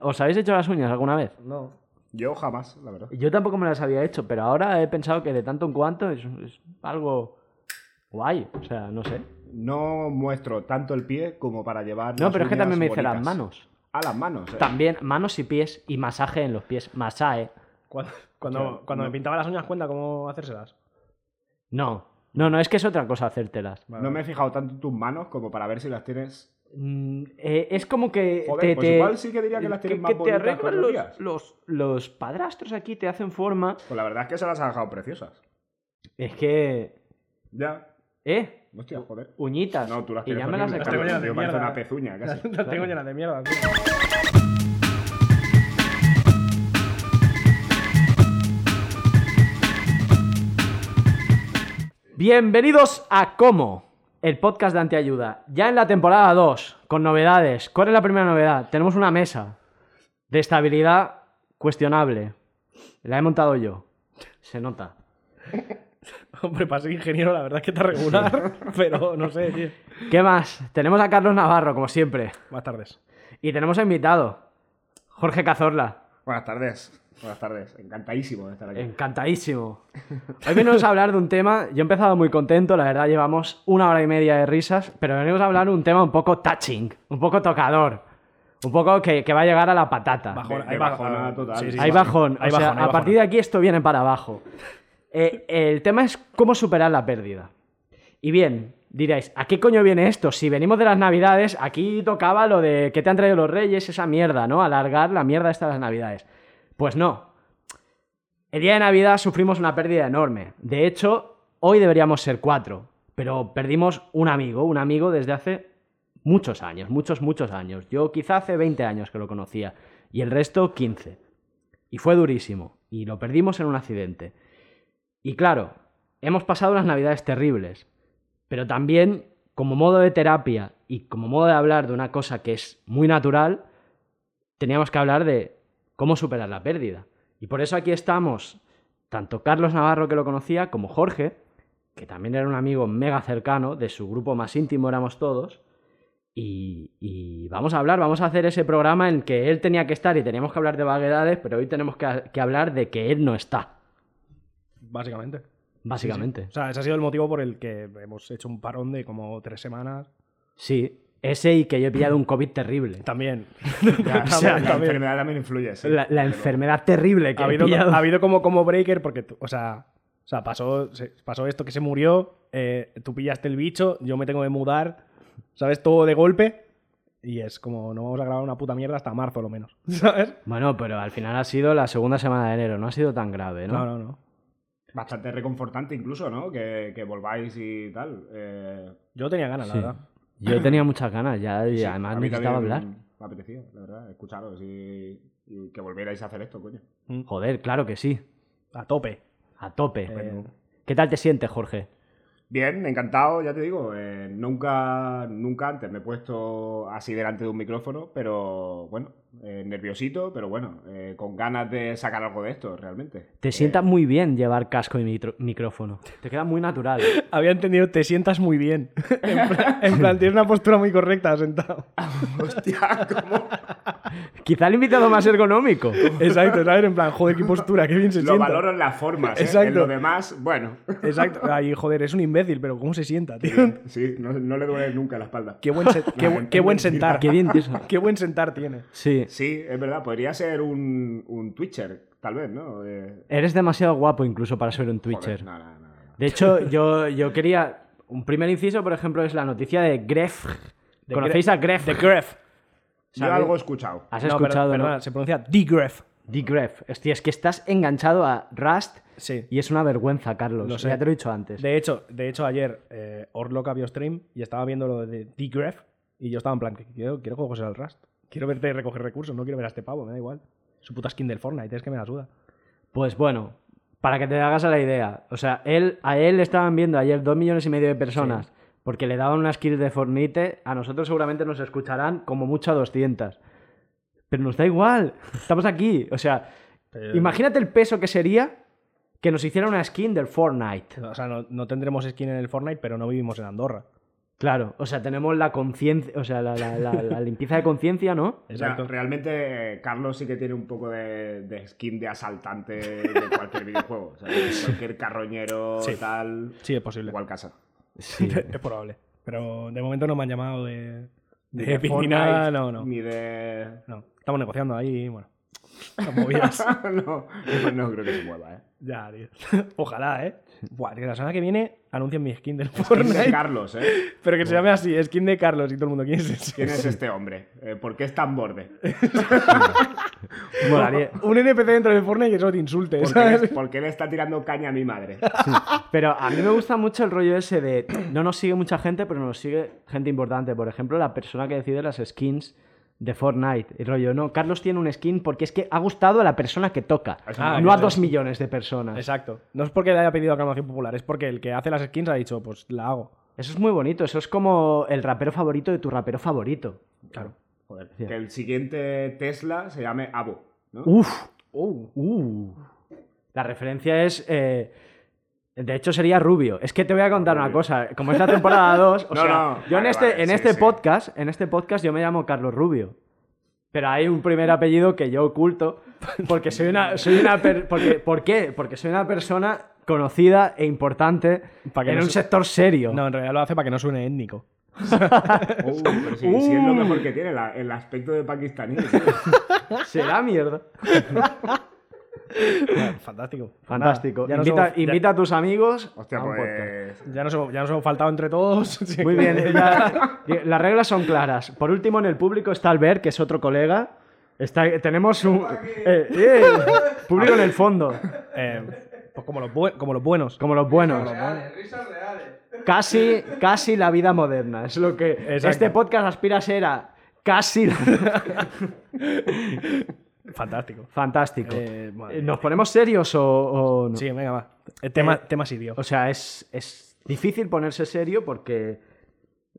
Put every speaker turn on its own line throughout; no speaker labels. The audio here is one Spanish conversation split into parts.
¿Os habéis hecho las uñas alguna vez?
No.
Yo jamás, la verdad.
Yo tampoco me las había hecho, pero ahora he pensado que de tanto en cuanto es, es algo guay. O sea, no sé.
No muestro tanto el pie como para llevar.
No,
las
pero es que
uñas
también me hice
bonitas.
las manos.
A las manos. eh.
También manos y pies y masaje en los pies. Masaje.
Cuando, cuando,
Claro,
cuando
no.
me pintaba las uñas, cuenta cómo hacérselas.
No. No, no, es que es otra cosa hacértelas.
No me he fijado tanto en tus manos como para ver si las tienes.
Mm, eh, es como que.
Joder, pues igual sí que diría que las tienes más
te
bonitas con
arreglan
los
los,
días.
los, los padrastros aquí, te hacen forma.
Pues la verdad es que se las ha dejado preciosas.
Es que.
Ya.
¿Eh?
Hostia, joder.
Uñitas.
No, tú las
y
tienes
ya me las he
horribles,
Las
cambiado.
tío,
tengo llenas de
parece
mierda.
una pezuña
Las
casi.
tengo llenas de mierda. tío.
Bienvenidos a Como, el podcast de Antiayuda. Ya en la temporada 2, con novedades. ¿Cuál es la primera novedad? Tenemos una mesa de estabilidad cuestionable. La he montado yo. Se nota.
Hombre, para ser ingeniero, la verdad es que está regular. Pero no sé, tío.
¿Qué más? Tenemos a Carlos Navarro, como siempre.
Más tardes.
Y tenemos a invitado, Jorge Cazorla.
Buenas tardes. Buenas tardes. Encantadísimo de estar aquí.
Encantadísimo. Hoy venimos a hablar de un tema. Yo he empezado muy contento, la verdad, llevamos una hora y media de risas, pero venimos a hablar de un tema un poco touching, un poco tocador, un poco que, que va a llegar a la patata.
Bajón,
de
hay bajón.
bajona total.
Sí, sí,
hay
sí.
bajón.
Hay
o sea,
bajón, hay
a partir
bajón.
de aquí esto viene para abajo. Eh, el tema es cómo superar la pérdida. Y bien, diréis, ¿a qué coño viene esto? Si venimos de las navidades, aquí tocaba lo de que te han traído los reyes, esa mierda, ¿no? Alargar la mierda esta de las navidades. Pues no. El día de Navidad sufrimos una pérdida enorme. De hecho, hoy deberíamos ser cuatro. Pero perdimos un amigo, un amigo desde hace muchos años, muchos, muchos años. Yo quizá hace 20 años que lo conocía. Y el resto 15. Y fue durísimo. Y lo perdimos en un accidente. Y claro, hemos pasado unas navidades terribles. Pero también, como modo de terapia y como modo de hablar de una cosa que es muy natural, teníamos que hablar de cómo superar la pérdida. Y por eso aquí estamos, tanto Carlos Navarro, que lo conocía, como Jorge, que también era un amigo mega cercano, de su grupo más íntimo éramos todos. Y, y vamos a hablar, vamos a hacer ese programa en que él tenía que estar y teníamos que hablar de vaguedades, pero hoy tenemos que, que hablar de que él no está,
Básicamente.
básicamente.
O sea, ese ha sido el motivo por el que hemos hecho un parón de como tres semanas.
Sí, ese y que yo he pillado un COVID terrible.
También.
Ya,
O sea,
la
también.
enfermedad también influye. sí.
La, la enfermedad terrible que
Ha
he
habido,
pillado.
ha habido como como breaker porque, tú- o sea, o sea pasó, se- pasó esto que se murió, eh, tú pillaste el bicho, yo me tengo que mudar, ¿sabes? Todo de golpe. Y es como, no vamos a grabar una puta mierda hasta marzo, lo menos. ¿Sabes?
Bueno, pero al final ha sido la segunda semana de enero, no ha sido tan grave, ¿no?
No, no, no.
Bastante reconfortante incluso, ¿no? Que, que volváis y tal. Eh,
Yo tenía ganas,
Sí.
la verdad.
Yo tenía muchas ganas ya y
sí,
además
a mí
necesitaba
también
hablar.
Me apetecía, la verdad, escucharos y, y que volvierais a hacer esto, coño.
Joder, claro que sí.
A tope.
A tope.
Eh,
¿Qué tal te sientes, Jorge?
Bien, encantado, ya te digo. eh, nunca, nunca antes me he puesto así delante de un micrófono, pero bueno, eh, nerviosito, pero bueno, eh, con ganas de sacar algo de esto, realmente.
Te
eh,
sientas muy bien llevar casco y mitro- micrófono. Te queda muy natural.
Había entendido, te sientas muy bien. en, plan, en plan, tienes una postura muy correcta sentado.
Hostia, ¿cómo?
Quizá el invitado más ergonómico.
Exacto, ¿sabes? En plan, joder, qué postura, qué bien se
Lo
sienta.
valoro en las formas, ¿eh?
Exacto.
En lo demás, bueno.
Exacto. Ay, joder, es un imbécil, pero ¿cómo se sienta, tío?
Sí, no, no le duele nunca la espalda.
Qué buen, se- qué, bu- qué buen sentar.
Qué bien tieso.
Qué buen sentar tiene.
Sí.
Sí, es verdad, podría ser un, un Twitcher, tal vez, ¿no? Eh,
Eres demasiado guapo incluso para ser un
joder,
Twitcher.
no, no, no, no.
De hecho, yo, yo quería... Un primer inciso, por ejemplo, es la noticia de Gref.
De
¿Conocéis a Gref?
The Gref.
Yo algo he escuchado.
¿Has
No, pero-
escuchado, no?
perdona, se pronuncia The Gref.
The Gref. Hostia, es que estás enganchado a Rust
Sí.
y es una vergüenza, Carlos.
Lo sé.
Ya te lo he dicho antes.
De hecho, de hecho ayer eh, Orlock abrió stream y estaba viendo lo de The Gref y yo estaba en plan, quiero, quiero juegos al Rust. Quiero verte recoger recursos, no quiero ver a este pavo, me da igual. Su puta skin del Fortnite, es que me la suda.
Pues bueno, para que te hagas a la idea. O sea, él, a él le estaban viendo ayer dos millones y medio de personas porque le daban unas kills de Fornite. A nosotros seguramente nos escucharán como mucho a 200. Pero nos da igual, estamos aquí. O sea,
Pero-
imagínate el peso que sería que nos hiciera una skin del Fortnite.
O sea, no, no tendremos skin en el Fortnite, pero no vivimos en Andorra.
Claro, o sea, tenemos la conciencia, o sea, la, la- la- la limpieza de conciencia, ¿no?
O sea,
Exacto.
realmente eh, Carlos sí que tiene un poco de, de skin de asaltante de cualquier videojuego. ¿sabes? Cualquier carroñero,
Sí.
tal.
Sí, es posible.
Igual casa.
Sí.
es probable. Pero de momento no me han llamado de, de, Epic ni
Fortnite,
nada. No, no,
Ni de.
no. Estamos negociando ahí, bueno. Las movidas.
no, pues no creo que se mueva, ¿eh?
ya, tío. Ojalá, ¿eh? Buah, tío, la semana que viene anuncian mi skin del
¿Quién es
Fortnite.
Carlos, ¿eh?
Pero que se llame así, skin de Carlos y todo el mundo. ¿Quién es ese?
¿Quién es este hombre? Eh, ¿Por qué es tan borde?
Molaría.
Un NPC dentro del Fortnite que solo te insulte,
¿Por qué, le,
¿sabes?
por qué le está tirando caña a mi madre?
Pero a mí me gusta mucho el rollo ese de no nos sigue mucha gente, pero nos sigue gente importante. Por ejemplo, la persona que decide las skins de Fortnite. Y rollo, no, Carlos tiene un skin porque es que ha gustado a la persona que toca,
Ah,
no a
claro.
dos millones de personas.
Exacto. No es porque le haya pedido aclamación popular, es porque el que hace las skins ha dicho, pues la hago.
Eso es muy bonito, eso es como el rapero favorito de tu rapero favorito.
Claro.
Joder, que el siguiente Tesla se llame Abo, ¿no?
Uf.
Oh.
Uh. La referencia es. eh, de hecho, sería Rubio. Es que te voy a contar una
Rubio.
cosa. Como es la temporada 2, o
No,
sea,
no.
yo en
Vale,
este,
vale,
en
sí,
este
sí.
podcast, en este podcast yo me llamo Carlos Rubio. Pero hay un primer apellido que yo oculto porque soy una, soy una per- porque, ¿por qué? Porque soy una persona conocida e importante
Pa' que
en
no
un
se-
sector serio.
No, en realidad lo hace para que no suene étnico.
Uh, pero si, si es lo mejor que tiene, la- el aspecto de pakistaní. tío.
Será mierda.
Fantástico.
Fantástico.
Ya nos
invita,
hemos- ya-
invita a tus amigos.
Hostia,
a un podcast.
pues.
Ya nos, hemos, ya nos hemos faltado entre todos. Sí.
Muy bien, ya- las reglas son claras. Por último, en el público está Albert, que es otro colega. Está, tenemos un eh, eh, público en el fondo,
Eh, pues como los, buen- como los buenos.
como los buenos. Casi, casi la vida moderna. Es lo que
Exacto.
este podcast aspira a ser a casi. la-
Fantástico.
Fantástico.
Eh, madre.
¿Nos ponemos serios o, o no?
Sí, venga, va. Eh, tema, tema sirio.
O sea, es, es difícil ponerse serio porque.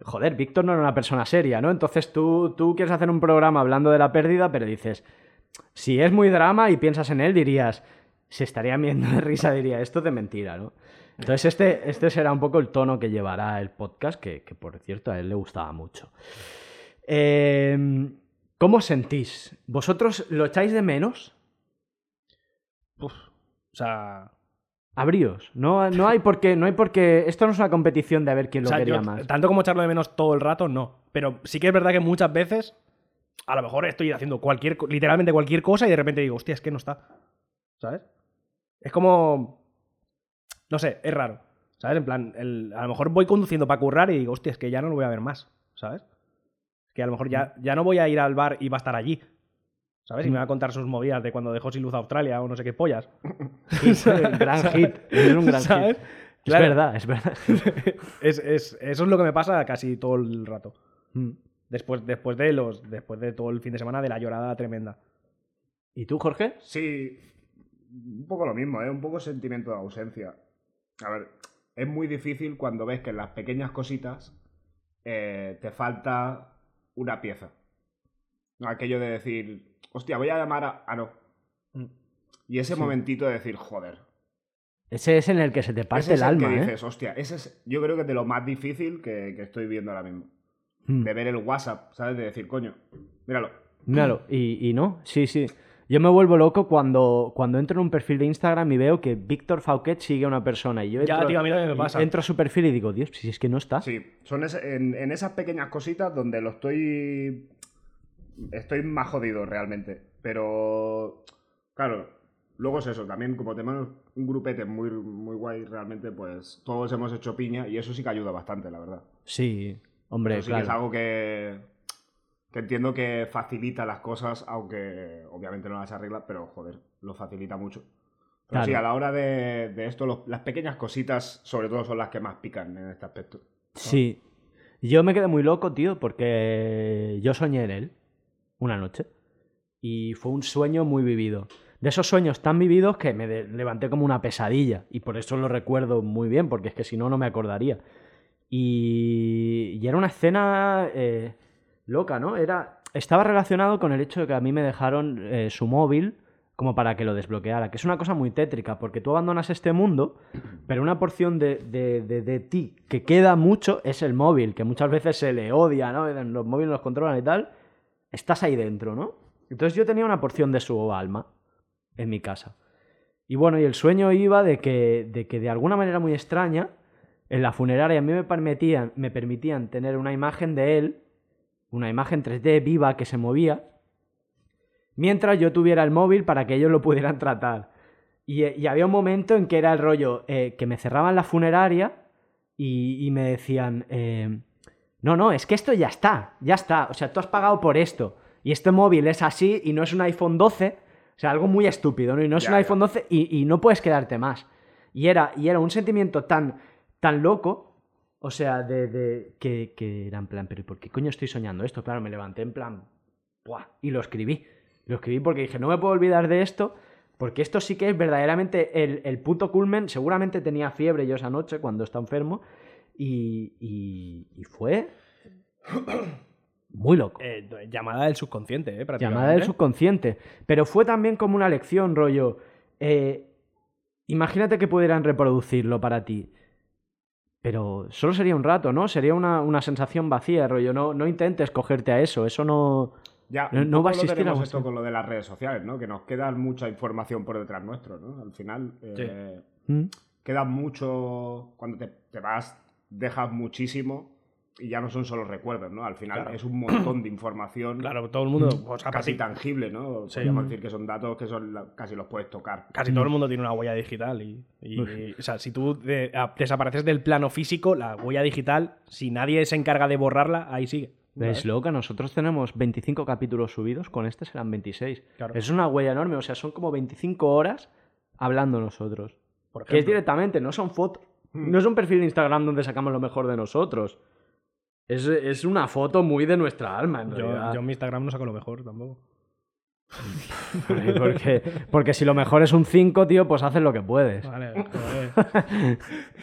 Joder, Víctor no era una persona seria, ¿no? Entonces tú, tú quieres hacer un programa hablando de la pérdida, pero dices. Si es muy drama y piensas en él, dirías. Se estaría viendo de risa, diría, esto es de mentira, ¿no? Entonces este, este será un poco el tono que llevará el podcast, que, que, por cierto a él le gustaba mucho. Eh, ¿Cómo os sentís? ¿Vosotros lo echáis de menos?
Uf. O sea,
Abríos. No, no hay por qué, no hay por qué. Esto no es una competición de a ver quién lo
o sea,
quería
yo
más.
tanto como echarlo de menos todo el rato, no. Pero sí que es verdad que muchas veces, a lo mejor estoy haciendo cualquier, co- literalmente cualquier cosa y de repente digo, hostia, es que no está. ¿Sabes? Es como. No sé, es raro. ¿Sabes? En plan, el- a lo mejor voy conduciendo para currar y digo, hostia, es que ya no lo voy a ver más. ¿Sabes? Que a lo mejor ya, ya no voy a ir al bar y va a estar allí. ¿Sabes? Y me va a contar sus movidas de cuando dejó sin luz a Australia o no sé qué pollas.
gran hit. Era un gran hit.
¿Sabes? Claro.
Es verdad, es verdad.
Es- es- eso es lo que me pasa casi todo el rato. Mm. Después, después de los. Después de todo el fin de semana de la llorada tremenda.
¿Y tú, Jorge?
Sí, un poco lo mismo, ¿eh? Un poco sentimiento de ausencia. A ver, es muy difícil cuando ves que en las pequeñas cositas eh, te falta una pieza. No, Aquello de decir, hostia, voy a llamar a... Ah, no.
Mm.
Y ese momentito de decir, joder.
Ese es en el que se te parte
ese es
el alma,
que
¿eh?
dices, hostia, ese es, yo creo que es de lo más difícil que, que estoy viendo ahora mismo.
Mm.
De ver el WhatsApp, ¿sabes? De decir, coño, míralo.
Míralo. Y, y no, sí, sí. Yo me vuelvo loco cuando, cuando entro en un perfil de Instagram y veo que Víctor Fauquet sigue a una persona. Y yo
Ya,
entro,
tío, a mí también me
y
pasa.
entro a su perfil y digo, Dios, si es que no está.
Sí, son ese- en, en esas pequeñas cositas donde lo estoy. Estoy más jodido realmente. Pero. Claro, luego es eso. También, como tenemos un grupete muy, muy guay realmente, pues todos hemos hecho piña y eso sí que ayuda bastante, la verdad.
Sí, hombre,
Eso sí que es
claro.
algo que. Que entiendo que facilita las cosas, aunque obviamente no las arregla, pero joder, lo facilita mucho. Pero
Claro.
sí, a la hora de, de esto, los- las pequeñas cositas, sobre todo, son las que más pican en este aspecto.
Sí. Yo me quedé muy loco, tío, porque yo soñé en él una noche y fue un sueño muy vivido. De esos sueños tan vividos que me de- levanté como una pesadilla y por eso lo recuerdo muy bien, porque es que si no, no me acordaría. Y, y era una escena eh, loca, ¿no? Era, estaba relacionado con el hecho de que a mí me dejaron eh, su móvil como para que lo desbloqueara, que es una cosa muy tétrica, porque tú abandonas este mundo, pero una porción de, de- de- de ti que queda mucho es el móvil, que muchas veces se le odia, ¿no? Dicen, Los móviles los controlan y tal, estás ahí dentro, ¿no? Entonces yo tenía una porción de su alma en mi casa. Y bueno, y el sueño iba de que de, que de alguna manera muy extraña, en la funeraria a mí me permitían, me permitían tener una imagen de él, una imagen 3D viva que se movía, mientras yo tuviera el móvil para que ellos lo pudieran tratar. Y, eh, y había un momento en que era el rollo eh, que me cerraban la funeraria y, y me decían, eh, no, no, es que esto ya está, ya está, o sea, tú has pagado por esto y este móvil es así y no es un iPhone 12, o sea, algo muy estúpido, ¿no? Y no es
Ya,
un
ya.
iPhone 12 y, y no puedes quedarte más. Y era, y era un sentimiento tan, tan loco. O sea, de, de- que, que era en plan, pero ¿por qué coño estoy soñando esto? Claro, me levanté en plan, ¡buah! Y lo escribí. Lo escribí porque dije, no me puedo olvidar de esto, porque esto sí que es verdaderamente el, el puto culmen. Seguramente tenía fiebre yo esa noche cuando está enfermo. Y, y, y fue muy loco.
Eh, llamada del subconsciente, ¿eh? Prácticamente.
Llamada del subconsciente. Pero fue también como una lección, rollo. eh, imagínate que pudieran reproducirlo para ti. Pero solo sería un rato, ¿no? Sería una, una sensación vacía, rollo. No, no intentes cogerte a eso. Eso no.
Ya,
No-
un
no va
poco
a existir
lo tenemos
algo
esto
así.
con lo de las redes sociales, ¿no? Que nos queda mucha información por detrás nuestro, ¿no? Al final eh,
¿Mm?
queda mucho cuando te, te vas dejas muchísimo y ya no son solo recuerdos, ¿no? Al final
Claro.
es un montón de información
Claro, todo el mundo.
Mm.
o
Ah, pues
sea,
casi
casi,
tangible, ¿no?
Sí.
Podríamos decir que son datos que son la- casi los puedes tocar.
casi
Mm.
todo el mundo tiene una huella digital. Y, y- o sea, si tú de- a- desapareces del plano físico, la huella digital, si nadie se encarga de borrarla, ahí sigue.
Es loca, nosotros tenemos 25 capítulos subidos, con este serán 26.
Claro.
Es una huella enorme, o sea, son como 25 horas hablando nosotros.
Por
Que es
ejemplo.
directamente, no son fotos.
Mm.
No es un perfil de Instagram donde sacamos lo mejor de nosotros. Es, es una foto muy de nuestra alma, en
Yo,
realidad.
yo en mi Instagram no saco lo mejor tampoco.
porque, porque si lo mejor es un 5, tío, pues haces lo que puedes.
Vale, joder.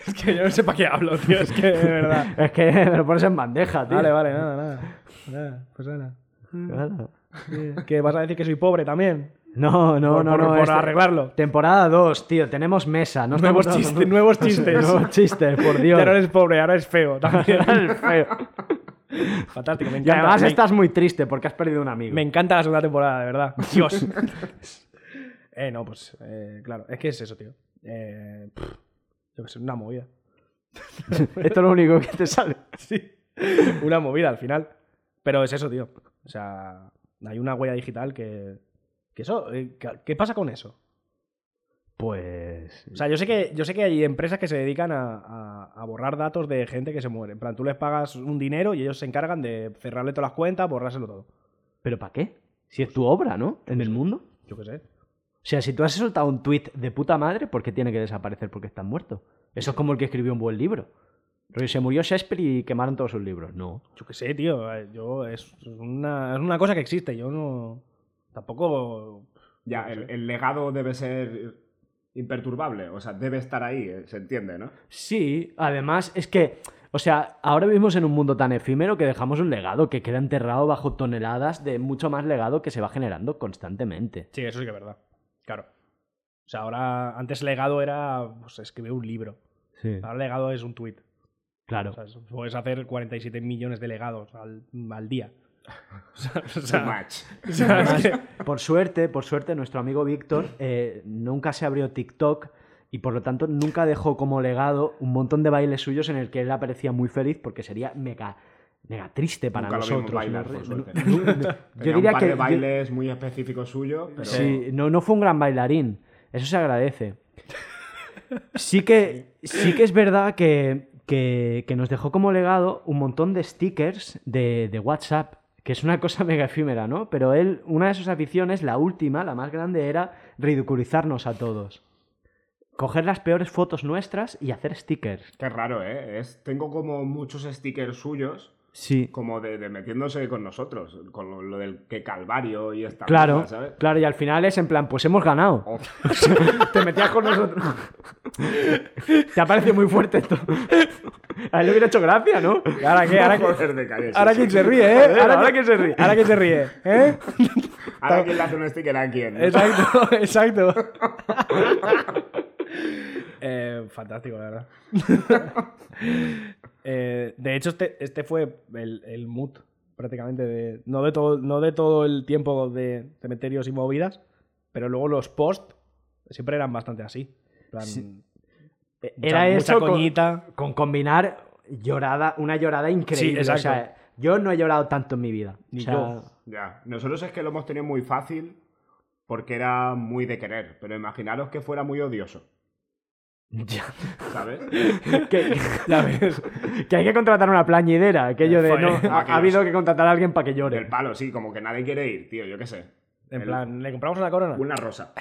es que yo no sé para qué hablo, tío. Es que de verdad.
Es que me lo pones en bandeja, tío.
Vale, vale, nada, nada. Nada, pues nada.
Claro.
¿Qué vas a decir que soy pobre también?
No, no,
Por-
no,
por-
no.
por
este-
arreglarlo.
Temporada 2, tío, tenemos mesa. No
Nuevos
estamos-
chistes, nuevos chistes.
Nuevos chistes, por Dios.
Ya no eres pobre, ahora eres feo también.
Eres feo.
Fantástico, me
Y
encanta.
además
me,
estás muy triste porque has perdido un amigo.
me encanta la segunda temporada, de verdad. Dios. eh, no, pues, eh, claro. Es que es eso, tío. Eh, pff, yo que sé, una movida.
Esto es lo único que te sale.
Sí. Una movida al final. Pero es eso, tío. O sea, hay una huella digital que. que eso, eh, que- ¿Qué pasa con eso?
Pues.
O sea, yo sé que, yo sé que hay empresas que se dedican a, a- a borrar datos de gente que se muere. En plan, tú les pagas un dinero y ellos se encargan de cerrarle todas las cuentas, borrárselo todo.
¿Pero para qué? Si es tu obra, ¿no? En el mundo.
Yo qué sé.
O sea, si tú has soltado un tuit de puta madre, ¿por qué tiene que desaparecer porque estás muerto? Eso es como el que escribió un buen libro. Rollo, Se murió Shakespeare y quemaron todos sus libros. No.
Yo qué sé, tío. Eh, Yo, es, una, es una cosa que existe. Yo no. Tampoco.
Ya, el, el legado debe ser imperturbable, o sea, debe estar ahí, eh, se entiende, ¿no?
Sí, además es que, o sea, ahora vivimos en un mundo tan efímero que dejamos un legado que queda enterrado bajo toneladas de mucho más legado que se va generando constantemente.
Sí, eso sí que es verdad. Claro. O sea, ahora. Antes legado era pues, escribir un libro.
Sí.
Ahora legado es un tweet.
Claro.
O sea, puedes hacer 47 millones de legados al, al día. O sea, o
Too
sea,
much.
o sea, es que-
Por suerte, por suerte, nuestro amigo Víctor eh, nunca se abrió TikTok y por lo tanto nunca dejó como legado un montón de bailes suyos en el que él aparecía muy feliz porque sería mega, mega triste para
Nunca lo vimos
nosotros.
bailar,
¿no?
por
Nu-
suerte.
nu- nu-
Tenía
yo diría
un par
que
de bailes muy específicos suyos, pero
Sí, no, no fue un gran bailarín. Eso se agradece. Sí que, sí que es verdad que, que- que nos dejó como legado un montón de stickers de, de WhatsApp, que es una cosa mega efímera, ¿no? Pero él, una de sus aficiones, la última, la más grande, era ridiculizarnos a todos. Coger las peores fotos nuestras y hacer stickers.
qué raro, ¿eh? Es, tengo como muchos stickers suyos
Sí.
como de, de metiéndose con nosotros, con lo, lo del que Calvario y esta
Claro,
mierda, ¿sabes?
claro, y al final es en plan, pues hemos ganado.
Oh.
Te metías con nosotros. Te ha parecido muy fuerte esto. A él le hubiera hecho gracia, ¿no?
¿Y ahora qué? Ahora, qué?
Joder, de calle, sí,
ahora
sí.
quién se ríe, ¿eh?
Joder, ahora
quién-
quién se ríe.
Ahora quién se ríe, ¿eh?
Ahora quién le hace un sticker a quién. ¿no?
Exacto, exacto. Eh, fantástico, la verdad. Eh, de hecho, este, este fue el, el mood prácticamente de. No de todo, no de todo el tiempo de cementerios y movidas, pero luego los post siempre eran bastante así. En plan, mucha-
Era
mucha
eso con-
coñita.
Con combinar llorada, una llorada increíble.
Sí,
o
exacto.
sea, yo no he llorado tanto en mi vida.
Ni
O sea,
yo.
Ya. Nosotros es que lo hemos tenido muy fácil porque era muy de querer, pero imaginaros que fuera muy odioso,
ya.
¿sabes?
que,
Ya ves.
que hay que contratar una plañidera. Aquello de
Fue-
no, ha, ha habido que contratar a alguien para que llore.
Del palo, sí, como que nadie quiere ir, tío, yo qué sé.
En
El-
plan, le compramos una corona.
Una rosa.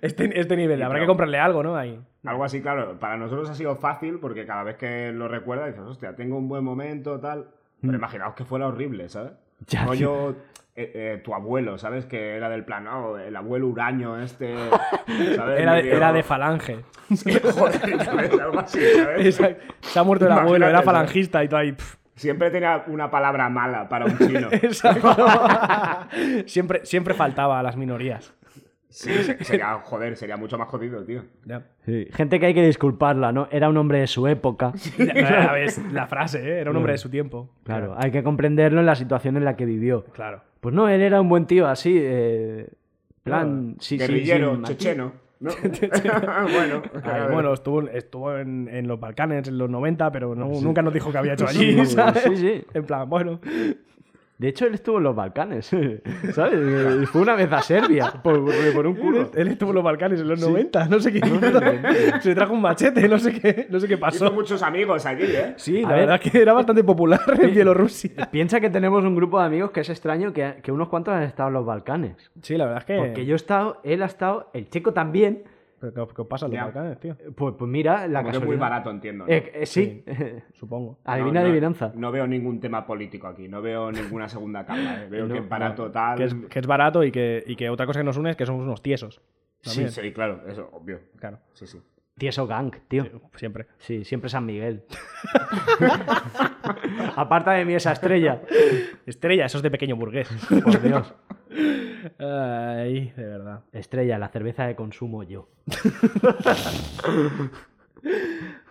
Este, este nivel,
Y
habrá
pero-
que comprarle algo, ¿no? Ahí.
Algo así, claro. Para nosotros ha sido fácil porque cada vez que lo recuerdas dices, hostia, tengo un buen momento, tal. Pero
Mm.
imaginaos que fuera horrible, ¿sabes?
Ya,
Rollo, eh, eh, tu abuelo, ¿sabes? Que era del plan, "Oh, el abuelo huraño este. ¿sabes?
Era,
Medio-
era de falange.
Joder, ¿sabes? Algo así, ¿sabes?
Exacto. Se ha muerto el abuelo,
Imagínate,
era
¿sabes?
falangista y todo ahí. pf.
Siempre tenía una palabra mala para un chino.
Exacto. siempre, siempre faltaba a las minorías.
Sí, se- sería, joder, sería mucho más jodido, tío.
Ya.
Sí, Gente que hay que disculparla, ¿no? Era un hombre de su época.
Ya, ya ves la frase, ¿eh? Era un hombre de su tiempo.
Claro, hay que comprenderlo en la situación en la que vivió.
Claro.
Pues no, él era un buen tío así, eh, plan... sí, sí,
Guerrillero,
sí,
checheno. ¿no? bueno,
Ay,
a ver.
bueno, estuvo, estuvo en, en los Balcanes en los 90, pero no- nunca nos dijo que había hecho allí,
Sí,
¿sabes?
sí, sí.
En plan, bueno.
De hecho, él estuvo en los Balcanes, ¿sabes? Y Fue una vez a Serbia, por, por un culo.
Él estuvo en los Balcanes en los 90, no sé qué hizo. Se trajo un machete, no sé qué, no sé qué
Hizo
pasó.
muchos amigos allí, ¿eh?
Sí,
A
la
ver.
verdad que era bastante popular en Bielorrusia.
Piensa que tenemos un grupo de amigos que es extraño que, que unos cuantos han estado en los Balcanes.
Sí, la verdad es que.
Eh.
Porque yo he estado, él ha estado, el chico también.
Pero ¿qué, qué os pasa en los
Ya.
Balcanes, tío?
Pues, pues mira, la
Como que
casualidad.
muy barato, entiendo. ¿no?
Eh, eh, sí.
Supongo.
Adivina
No, no,
adivinanza.
No veo ningún tema político aquí, no veo ninguna segunda capa. Veo que es barato tal.
Que es, que es barato y que, y que otra cosa que nos une es que somos unos tiesos.
Sí,
También.
sí, claro, eso, obvio.
Claro, eh,
Sí, sí.
Tieso Gang, tío.
siempre.
Sí, siempre San Miguel. Aparta de mí esa estrella.
Estrella, eso es de pequeño burgués.
Por Dios.
Ay, de verdad.
Estrella, la cerveza de consumo yo.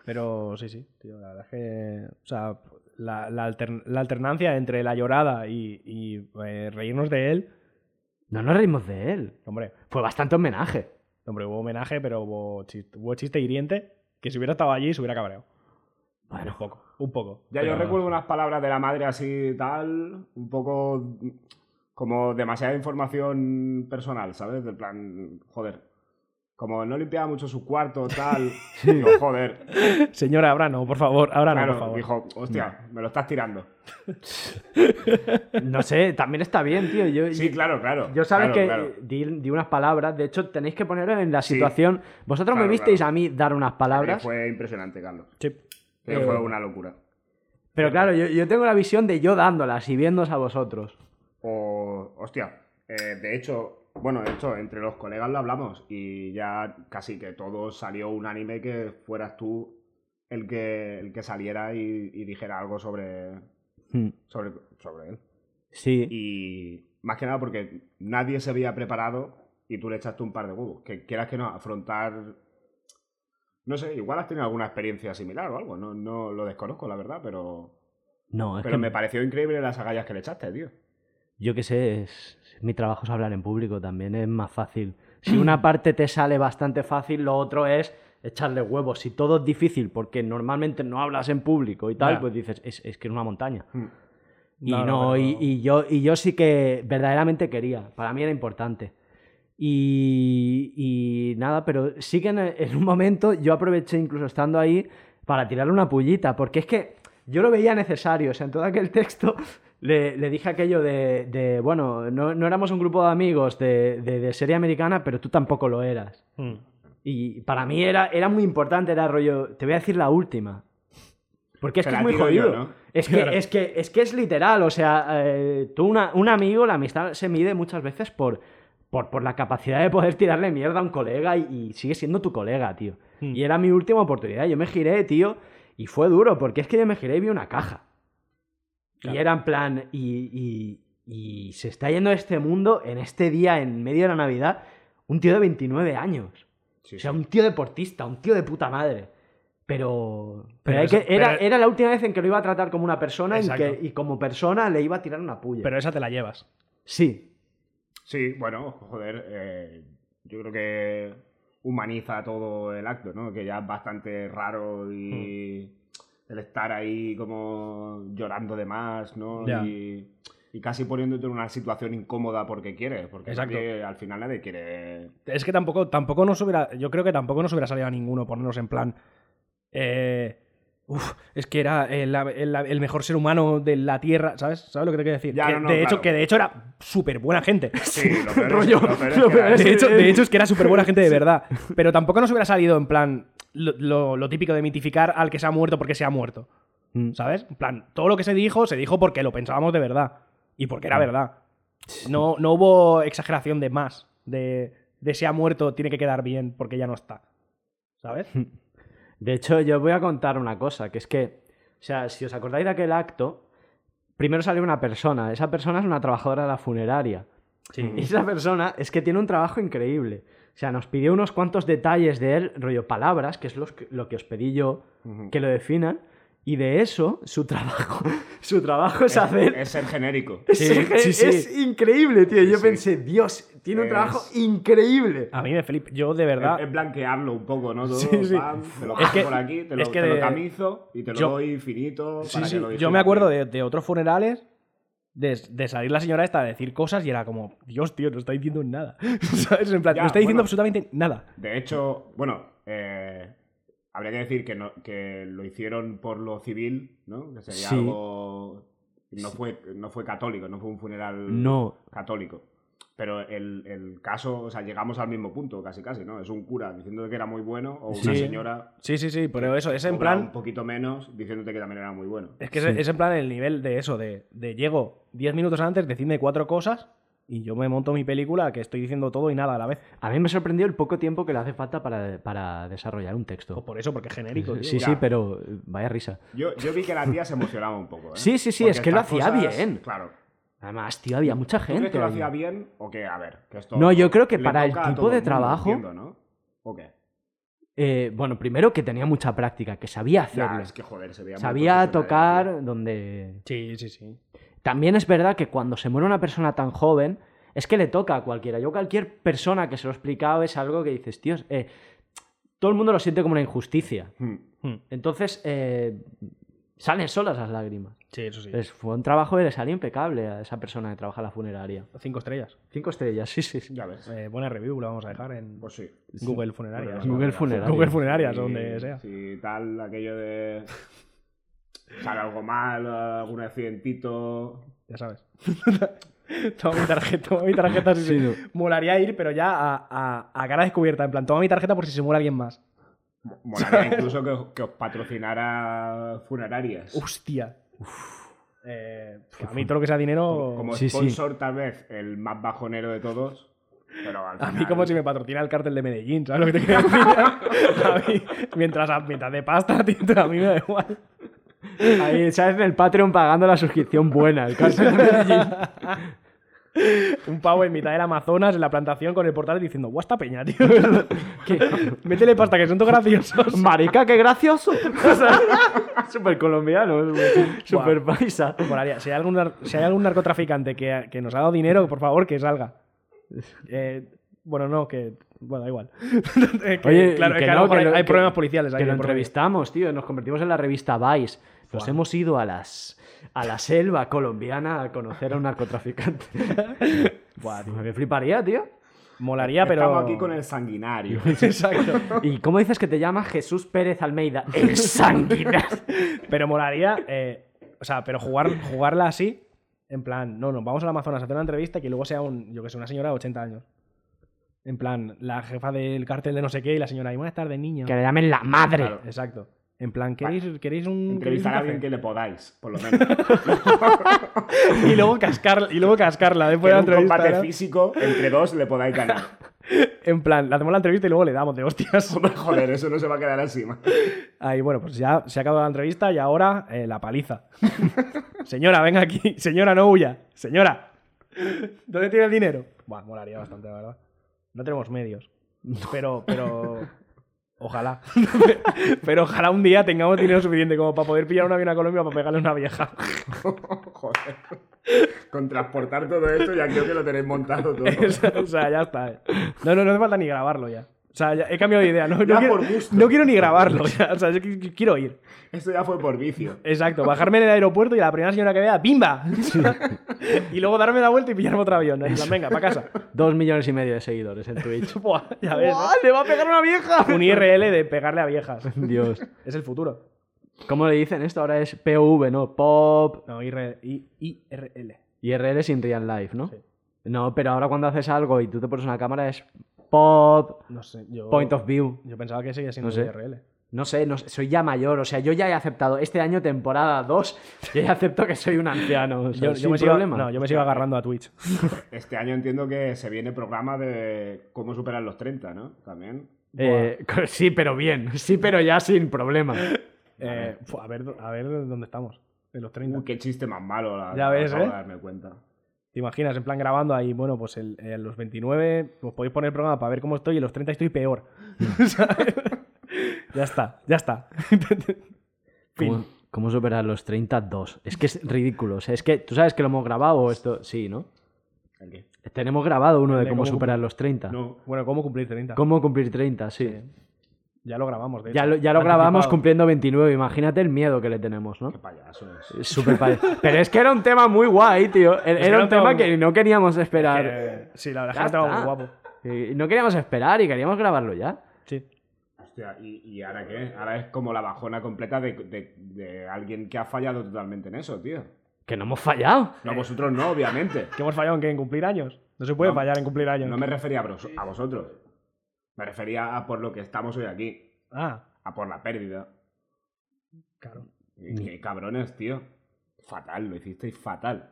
Pero sí, sí, tío, la verdad es que. O sea, la, la altern- la alternancia entre la llorada y, y, eh, reírnos de él.
No nos reímos de él.
Hombre,
Fue bastante homenaje.
hombre, hubo homenaje, pero hubo chiste, hubo chiste hiriente que si hubiera estado allí se hubiera cabreado.
Bueno.
Un poco, un poco.
Ya yo
Pero-
recuerdo unas palabras de la madre así tal, un poco como demasiada información personal, ¿sabes? Del plan, joder. Como no limpiaba mucho su cuarto, tal. Digo, joder.
Señora, ahora no, por favor, ahora no, por
Claro,
favor. Mm.
dijo, hostia, me lo estás tirando.
No sé, también está bien, tío. Yo,
Sí,
yo-
claro, claro.
Yo sabes
claro,
que
claro.
di, di unas palabras, de hecho tenéis que poneros en la
Sí.
situación. Vosotros
Claro,
me visteis
claro.
a mí dar unas
Que
palabras,
Fue impresionante, Carlos.
Sí. Eh,
Que Fue una locura.
pero claro, yo, yo tengo la visión de yo dándolas y viéndoos a vosotros.
O, hostia, eh, de hecho, bueno, de hecho, entre los colegas lo hablamos y ya casi que todo salió unánime que fueras tú el que, el que saliera y, y dijera algo sobre,
Hmm,
sobre, sobre él.
Sí,
Y más que nada porque nadie se había preparado y tú le echaste un par de huevos. Que quieras que no, afrontar... No sé, igual has tenido alguna experiencia similar o algo, no, no lo desconozco, la verdad, pero,
no, es
pero
que
me pareció increíble las agallas que le echaste, tío.
yo qué sé, es- mi trabajo es hablar en público también, es más fácil. Si una parte te sale bastante fácil, lo otro es echarle huevos. Si todo es difícil porque normalmente no hablas en público y tal,
Ya.
pues dices, es, es que es una montaña. Y no,
No, no, pero-
y, y yo, y yo sí que verdaderamente quería. Para mí era importante. Y, y nada, pero sí que en, en un momento yo aproveché, incluso estando ahí, para tirarle una pullita, porque es que yo lo veía necesario. O sea, en todo aquel texto le, le dije aquello de, de, bueno, no, no éramos un grupo de amigos de, de- de serie americana, pero tú tampoco lo eras.
Mm.
Y para mí era, era muy importante, era rollo, te voy a decir la última. Porque es
Te
que
la
es muy
tiro yo,
jodido.
¿no?
es, que,
Claro.
es, que, es que es literal, o sea, eh, tú, una- un amigo, la amistad se mide muchas veces por, por, por la capacidad de poder tirarle mierda a un colega y, y sigue siendo tu colega, tío.
Hmm.
Y era mi última oportunidad, yo me giré, tío, Y fue duro, porque es que yo me giré y vi una caja. Y era en plan, y, y- y se está yendo de este mundo en este día, en medio de la Navidad, un tío de 29 años.
Sí,
O sea,
sí.
un tío deportista, un tío de puta madre. Pero, pero,
Pero
hay
eso-
que, era,
pero-
era la última vez en que lo iba a tratar como una persona en
Exacto.
que- y como persona le iba a tirar una puya.
Pero esa te la llevas.
Sí,
Sí, bueno, joder, eh, yo creo que humaniza todo el acto, ¿no? Que ya es bastante raro y
Hmm.
el estar ahí como llorando de más, ¿no?
Ya.
Y, y casi poniéndote en una situación incómoda porque quieres, porque
Exacto.
nadie- al final nadie quiere...
Es que tampoco, tampoco nos hubiera. Yo creo que tampoco nos hubiera salido a ninguno ponernos en plan. Eh, uf, es que era el, el- el mejor ser humano de la Tierra. ¿Sabes? ¿Sabes lo que te quiero decir?
Ya,
que,
no, no,
de hecho,
claro.
que de hecho era súper buena gente.
Sí, lo peor es-
Rollo,
lo peor es
lo
que
peor
era
es-
eso.
De hecho,
eh,
de hecho es que era súper buena gente de verdad. Pero tampoco nos hubiera salido en plan lo, lo- lo típico de mitificar al que se ha muerto porque se ha muerto.
Mm.
¿Sabes? En plan, todo lo que se dijo, se dijo porque lo pensábamos de verdad. Y porque
Mm.
era verdad. No, no hubo exageración de más. De, de se ha muerto, tiene que quedar bien porque ya no está. ¿Sabes?
De hecho, yo voy a contar una cosa, que es que, o sea, si os acordáis de aquel acto, primero sale una persona, esa persona es una trabajadora de la funeraria. Y esa persona es que tiene un trabajo increíble. O sea, nos pidió unos cuantos detalles de él, rollo palabras, que es los que- lo que os pedí yo
Ujú.
que lo definan, y de eso su trabajo, su trabajo
Eh,
es, hacer...
Es ser genérico.
es,
sí,
es-
sí, sí.
es increíble, tío. Yo
sí.
pensé, Dios, tiene un
Es- Ah.
trabajo increíble.
A mí me flipa. Yo de
Es,
verdad.
es blanquearlo un poco, ¿no? Todo,
Sí, sí.
pam, te lo
Es
paso
que-
por aquí, te lo,
es que
te lo
de-
tamizo y te lo
yo-
doy finito
Sí,
para que
sí,
lo
Yo me acuerdo
disfrutes.
de, de otros funerales de, de salir la señora esta a decir cosas y era como, Dios, tío, no está diciendo nada. ¿Sabes? En plan,
Ya,
no está diciendo
bueno.
absolutamente nada.
De hecho, bueno, eh, habría que decir que, no- que lo hicieron por lo civil, ¿no? Que sería
Sí.
algo... No fue, no fue católico, no fue un funeral
No.
católico. Pero el, el caso, o sea, llegamos al mismo punto, casi casi, ¿no? Es un cura diciéndote que era muy bueno o una
Sí.
señora...
Sí, sí, sí, pero eso es en
o Un
plan.
poquito menos diciéndote que también era muy bueno.
Es que es- es en plan el nivel de eso, de, de llego 10 minutos antes, decidme cuatro cosas y yo me monto mi película que estoy diciendo todo y nada a la vez.
A mí me sorprendió el poco tiempo que le hace falta para, para desarrollar un
Pues
texto.
por eso, porque es genérico. tío.
Sí,
Ya.
sí, pero eh, vaya risa.
Yo, yo vi que la tía se emocionaba un poco. ¿eh?
Sí, sí, sí, es que lo
estas
hacía bien.
Claro.
Además, tío, había mucha
¿Tú crees
gente.
que lo
ahí.
hacía bien o que, a ver, que esto
No, yo creo que
le
para el
toca a
tipo
todo
de
mundo,
trabajo-
entiendo, ¿no? ¿O qué?
Eh, bueno, primero que tenía mucha práctica, que sabía hacerlo.
Ya, es que joder, se veía muy ¿eh?
sabía
profesional, tío.
tocar donde...
Sí, sí, sí.
También es verdad que cuando se muere una persona tan joven, es que le toca a cualquiera. Yo cualquier persona que se lo he explicado es algo que dices, tíos, eh, todo el mundo lo siente como una injusticia.
Hmm.
Hmm.
Entonces, eh, salen solas las lágrimas.
Sí, eso sí.
Pues fue un trabajo que le salió impecable a esa persona que trabaja en la funeraria.
Cinco estrellas.
Cinco estrellas, sí, sí. sí.
Ya ves.
Eh, buena review, la vamos a dejar en
Pues sí.
Google Funerarias.
Google Funerarias.
Google Funerarias,
Sí,
donde sea.
Sí, tal, aquello de. Sale algo mal, algún accidentito.
Ya sabes. toma mi tarjeta, toma mi tarjeta. sí, sí. Molaría ir, pero ya a, a- a cara descubierta. En plan, toma mi tarjeta por si se muere alguien más.
Molaría incluso que, os- que os patrocinara funerarias.
Hostia. Eh, a mí todo lo que sea dinero.
Como
Sí, sí.
sponsor, tal vez el más bajonero de todos. Pero al
A mí
final-
como si me patrocina el cártel de Medellín, ¿sabes lo que te quiero decir? A mí, mientras a mitad de pasta, tío, a mí me da igual.
Ahí, ¿sabes? En el Patreon pagando la suscripción buena. El caso de Medellín.
Un pavo en mitad del Amazonas, en la plantación, con el portal diciendo, guau, esta peña, tío.
¿Qué?
Métele pasta, que son todos graciosos.
Marica, qué gracioso. O sea, Súper colombiano, súper paisa.
Molaría, si hay algún, nar- si hay algún narcotraficante que, que nos ha dado dinero, por favor, que salga. Eh, bueno, no, que... Bueno, da igual. Es que,
Oye,
claro,
que
es que a
no,
lo mejor
que
hay,
lo-
hay
que-
problemas policiales. ahí
Que lo
de por medio.
entrevistamos, tío. Nos convertimos en la revista Vice. Nos hemos ido a las a la selva colombiana a conocer a un narcotraficante. Buah, tío, me fliparía, tío.
Molaría, pero...
Estamos aquí con el sanguinario.
Exacto.
¿Y cómo dices que te llamas Jesús Pérez Almeida? El sanguinario.
Pero molaría, eh, o sea, pero jugar, jugarla así, en plan, no, nos vamos al Amazonas a hacer una entrevista y que luego sea un, yo que sé, una señora de 80 años. En plan, la jefa del cartel de no sé qué y la señora, y buenas tardes, niño.
Que le llamen la madre.
Claro.
Exacto. En plan, ¿queréis, ¿queréis un, queréis un
Entrevistar a alguien que
café?
le podáis, por lo menos.
y luego cascarla, y luego cascarla después
que
de la
en un
entrevista.
combate
¿no?
físico entre dos le podáis ganar.
En plan, le hacemos la entrevista y luego le damos de hostias.
Hombre, joder, eso no se va a quedar encima.
Ahí, bueno, pues ya se ha acabado la entrevista y ahora eh, la paliza. Señora, venga aquí. Señora, no huya. Señora, ¿dónde tiene el dinero? Buah, molaría bastante, la verdad. No tenemos medios. Pero, pero. Ojalá. pero ojalá un día tengamos dinero suficiente como para poder pillar un avión a Colombia para pegarle a una vieja.
joder. Con transportar todo esto ya creo que lo tenéis montado todo.
o sea, ya está. eh. No, no, no hace falta ni grabarlo ya. O sea, ya he cambiado de idea. No, no
Ya
quiero,
por gusto.
no quiero ni grabarlo. ya. O sea, yo qui- qui- quiero ir.
Esto ya fue por vicio.
Exacto, bajarme en el aeropuerto y a la primera señora que vea, ¡bimba! y luego darme la vuelta y pillarme otro avión. En plan, venga, para casa.
Dos millones y medio de seguidores en Twitch.
Buah, ya ves. ¿no?
¡Le va a pegar una vieja!
Un IRL de pegarle a viejas.
Dios.
Es el futuro.
¿Cómo le dicen esto? Ahora es POV, ¿no? Pop.
No, IRL. I- IRL.
IRL sin real life, ¿no?
Sí.
No, pero ahora cuando haces algo y tú te pones una cámara es pop,
No sé, yo.
point of view.
Yo pensaba que seguía siendo
No sé.
IRL.
No sé, no sé, soy ya mayor, o sea, yo ya he aceptado este año temporada 2, yo ya acepto que soy un anciano, o sea,
Yo, yo
sin
me sigo,
problema.
no, yo me sigo agarrando a Twitch.
Este año entiendo que se viene programa de cómo superar los 30, ¿no? También.
Eh, co- sí, pero bien, sí, pero ya sin problema.
Eh, fu- a, ver, a ver dónde estamos. En los 30.
Uy, qué chiste más malo. La,
Ya ves,
acabo de
¿eh?
darme cuenta.
¿Te imaginas? En plan grabando ahí, bueno, pues el, eh, los 29, pues podéis poner el programa para ver cómo estoy y en los 30 estoy peor. ¿Sabes? ya está, ya está. Fin.
¿Cómo, cómo superar los 32? Es que es ridículo, o sea, es que tú sabes que lo hemos grabado esto, sí, ¿no?
¿El qué?
Tenemos grabado uno
Vale,
de cómo
¿cómo
superar los 30.
No.
Bueno, ¿cómo cumplir 30?
¿Cómo cumplir 30? Sí.
Ya lo grabamos, de
Ya
hecho.
lo, ya lo grabamos
Anticipado.
cumpliendo 29, imagínate el miedo que le tenemos, ¿no?
Qué payaso es.
Es súper padre. Pero es que era un tema muy guay, tío. E- Era,
que
era
era
un tema
un-
que no queríamos esperar.
Eh, sí, la verdad
Ya
es que estaba
está.
muy guapo.
Eh, No queríamos esperar y queríamos grabarlo ya.
Sí.
Hostia, ¿y, y ahora qué? Ahora es como la bajona completa de, de- de alguien que ha fallado totalmente en eso, tío.
Que no hemos fallado.
No, vosotros no, obviamente.
¿Que hemos fallado en qué? ¿En cumplir años? No se puede
No.
fallar en cumplir años.
No me refería a, vos- a vosotros. Me refería a por lo que estamos hoy aquí.
Ah,
A por la pérdida.
claro.
Y Qué cabrones, tío. Fatal, lo hicisteis fatal.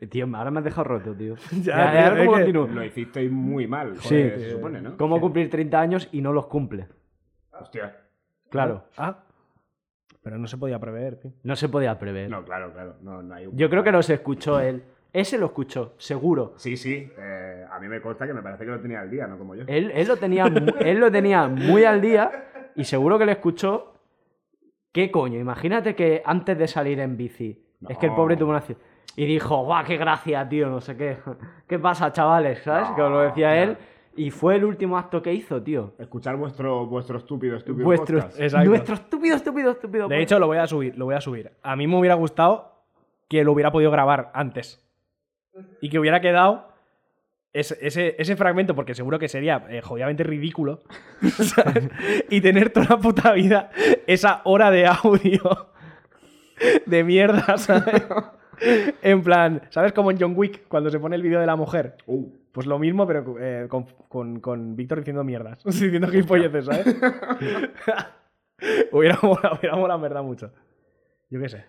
Eh, Tío, ahora me has dejado roto, tío. Ya,
Ya, tío,
ya, ¿cómo
es que-
continúo?
Lo hicisteis muy mal,
Sí.
joder, se supone, ¿no?
¿Cómo cumplir 30 años y no los cumple?
Hostia.
Claro,
Ah. Pero no se podía prever, tío.
no se podía prever.
No, claro, claro. No, no hay un-
Yo creo que no se escuchó él. Ese lo escuchó, seguro.
Sí, sí. eh, a mí me consta que me parece que lo tenía al día, no como yo.
Él, él lo tenía, mu- él lo tenía muy al día y seguro que lo escuchó. ¿Qué coño? Imagínate que antes de salir en bici, es que el
No.
pobre tuvo una acci- Y dijo, guau, qué gracia, tío, no sé qué. ¿Qué pasa, chavales? ¿Sabes?
No,
que os lo decía
no.
él. Y fue el último acto que hizo, tío.
Escuchar vuestro, vuestro estúpido, estúpido
Vuestro,
podcast.
Exacto.
nuestro estúpido, estúpido, estúpido. pues.
De hecho, lo voy a subir, lo voy a subir. A mí me hubiera gustado que lo hubiera podido grabar antes. Y que hubiera quedado ese, ese, ese fragmento, porque seguro que sería eh, jodidamente ridículo. ¿sabes? y tener toda la puta vida esa hora de audio de mierda, ¿sabes? en plan, ¿sabes? Como en John Wick, cuando se pone el vídeo de la mujer.
Uh,
Pues lo mismo, pero eh, con, con, con Víctor diciendo mierdas. Diciendo gilipolleces, ¿sabes? hubiera molado, hubiera molado en verdad mucho. Yo qué sé.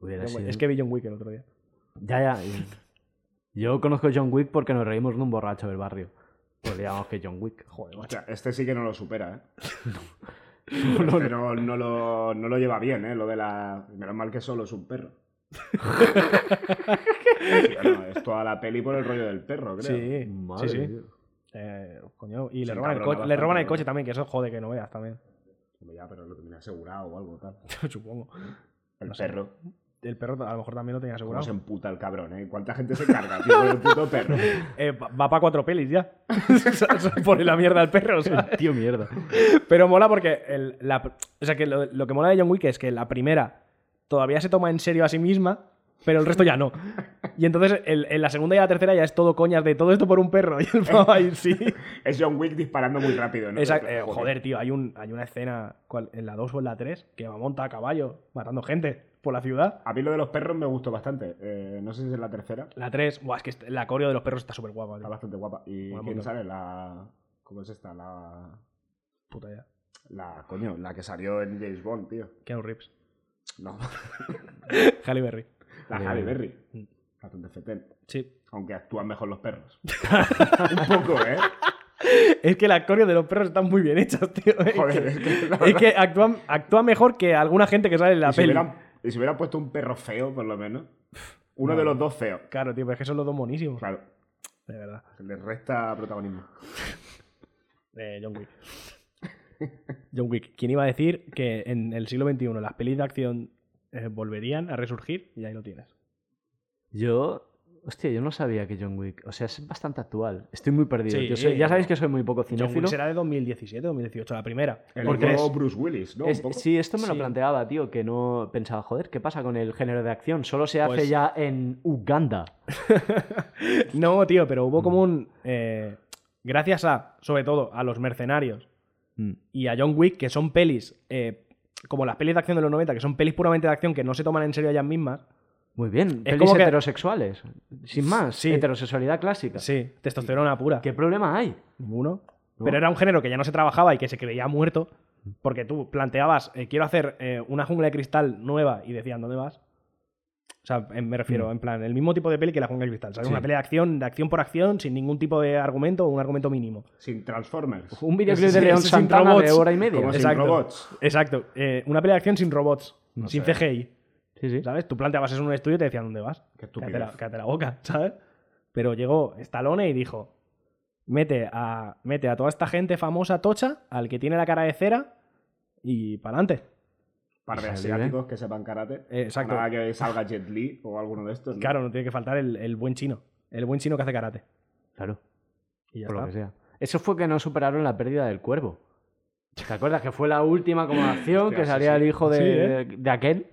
Hubiera
Yo-
sido-
Es que vi John Wick el otro día.
Ya, ya. Yo conozco a John Wick porque nos reímos de un borracho del barrio. Pues digamos que John Wick. Joder, macho.
hostia, este sí que no lo supera, ¿eh? Este no, no lo, no lo lleva bien, ¿eh? Lo de la... Menos mal que solo es un perro. Tío, no, es toda la peli por el rollo del perro, creo.
Sí,
Madre
sí, sí.
mía.
Eh, coño, y
Sí,
le, roban el,
cabrón,
co- le roban el
bastante,
coche
¿no?
también, que eso jode que no veas también.
Hombre, Ya, pero lo tenía asegurado o algo tal.
Supongo.
El
No sé.
perro.
El perro a lo mejor también lo tenía
¿Cómo
asegurado.
se emputa el cabrón, eh? ¿Cuánta gente se carga, tío, con el puto perro?
Eh, va para cuatro pelis ya. Pone la mierda al perro. ¿sabes?
Tío, mierda.
Pero mola porque el- la pr- o sea, que lo, lo que mola de John Wick es que la primera todavía se toma en serio a sí misma, pero el resto ya no. Y entonces el- en la segunda y la tercera ya es todo coñas de todo esto por un perro. Y el pavo ahí sí.
Es John Wick disparando muy rápido, ¿no?
Esa- eh, joder, tío, hay, un, hay una escena ¿cuál? en la 2 o en la 3 que va monta a caballo matando gente por la ciudad.
A mí lo de los perros me gustó bastante. Eh, no sé si es la tercera.
La 3, buah, es que est- la coreo de los perros está súper guapa,
Está bastante guapa. ¿Y
Mola un
quién
montón.
sale? La... ¿Cómo es esta? La...
Puta ya.
La, coño, la que salió en James Bond, tío.
Keanu Reeves.
No,
Halle Berry. Eh.
la Halle Berry. Bastante fetén.
Sí.
Aunque actúan mejor los perros. Un poco, ¿eh?
Es que las coreos de los perros están muy bien hechas, tío. eh. Es
Joder,
que-
es que, la
Es
verdad-
que actúan, actúan mejor que alguna gente que sale en la
y, si
peli.
hubieran, y si hubieran puesto un perro feo, por lo menos. Uno de los dos feos.
Claro, tío, pero es que son los dos monísimos.
Claro,
De verdad.
se les resta protagonismo.
Eh, John Wick. John Wick. ¿Quién iba a decir que en el siglo XXI las pelis de acción eh, volverían a resurgir? Y ahí lo tienes.
Yo. Hostia, yo no sabía que John Wick. O sea, es bastante actual. Estoy muy perdido.
Sí, eh,
Yo soy- ya sabéis que soy muy poco
John
cinéfilo.
Wick será de 2017, 2018, la primera.
El
Porque
nuevo
es-
Bruce Willis, ¿no?
Es-
Un poco.
sí, esto me lo
Sí.
planteaba, tío, que no pensaba, joder, ¿qué pasa con el género de acción? Solo se hace
Pues-
ya en Uganda.
No, tío, pero
Mm.
hubo como un... eh, gracias a, sobre todo, a los mercenarios
Mm.
y a John Wick, que son pelis, eh, como las pelis de acción de los 90, que son pelis puramente de acción que no se toman en serio ellas mismas,
Muy bien,
Es
pelis
como que-
heterosexuales, sin más,
Sí.
heterosexualidad clásica.
sí, testosterona pura.
¿Qué problema hay?
Ninguno.
No.
Pero era un género que ya no se trabajaba y que se creía muerto. Porque tú planteabas, eh, quiero hacer eh, una jungla de cristal nueva y decían, ¿dónde vas? O sea, en- me refiero, en plan, el mismo tipo de peli que la jungla de cristal. ¿sabes?
Mm. Sí.
Una peli de acción, de acción por acción, sin ningún tipo de argumento o un argumento mínimo.
Sin Transformers.
Un videoclip
Ese-
de León
ese sin
Santana
robots.
de hora y media.
Como sin
Exacto.
robots.
Exacto. eh, una peli de acción sin robots,
No
sin
sé.
CGI.
Sí, sí.
¿Sabes? Tú planteabas eso en un estudio y te decían, ¿dónde vas?
Qué
Cállate la,
estupidez.
cállate la boca, ¿sabes? Pero llegó Stallone y dijo: mete a, mete a toda esta gente famosa tocha, al que tiene la cara de cera, y para adelante.
Par de
Salió,
asiáticos que sepan karate.
Eh, exacto.
Nada que salga Jet Li o alguno de estos. ¿no?
Claro, no tiene que faltar el, el buen chino. El buen chino que hace karate.
Claro,
Y ya
por lo que
está.
sea. Eso fue que no superaron la pérdida del cuervo. ¿Te acuerdas que fue la última como acción
Hostia,
que
sí,
salía
sí.
el hijo de,
Sí, ¿eh?
de aquel?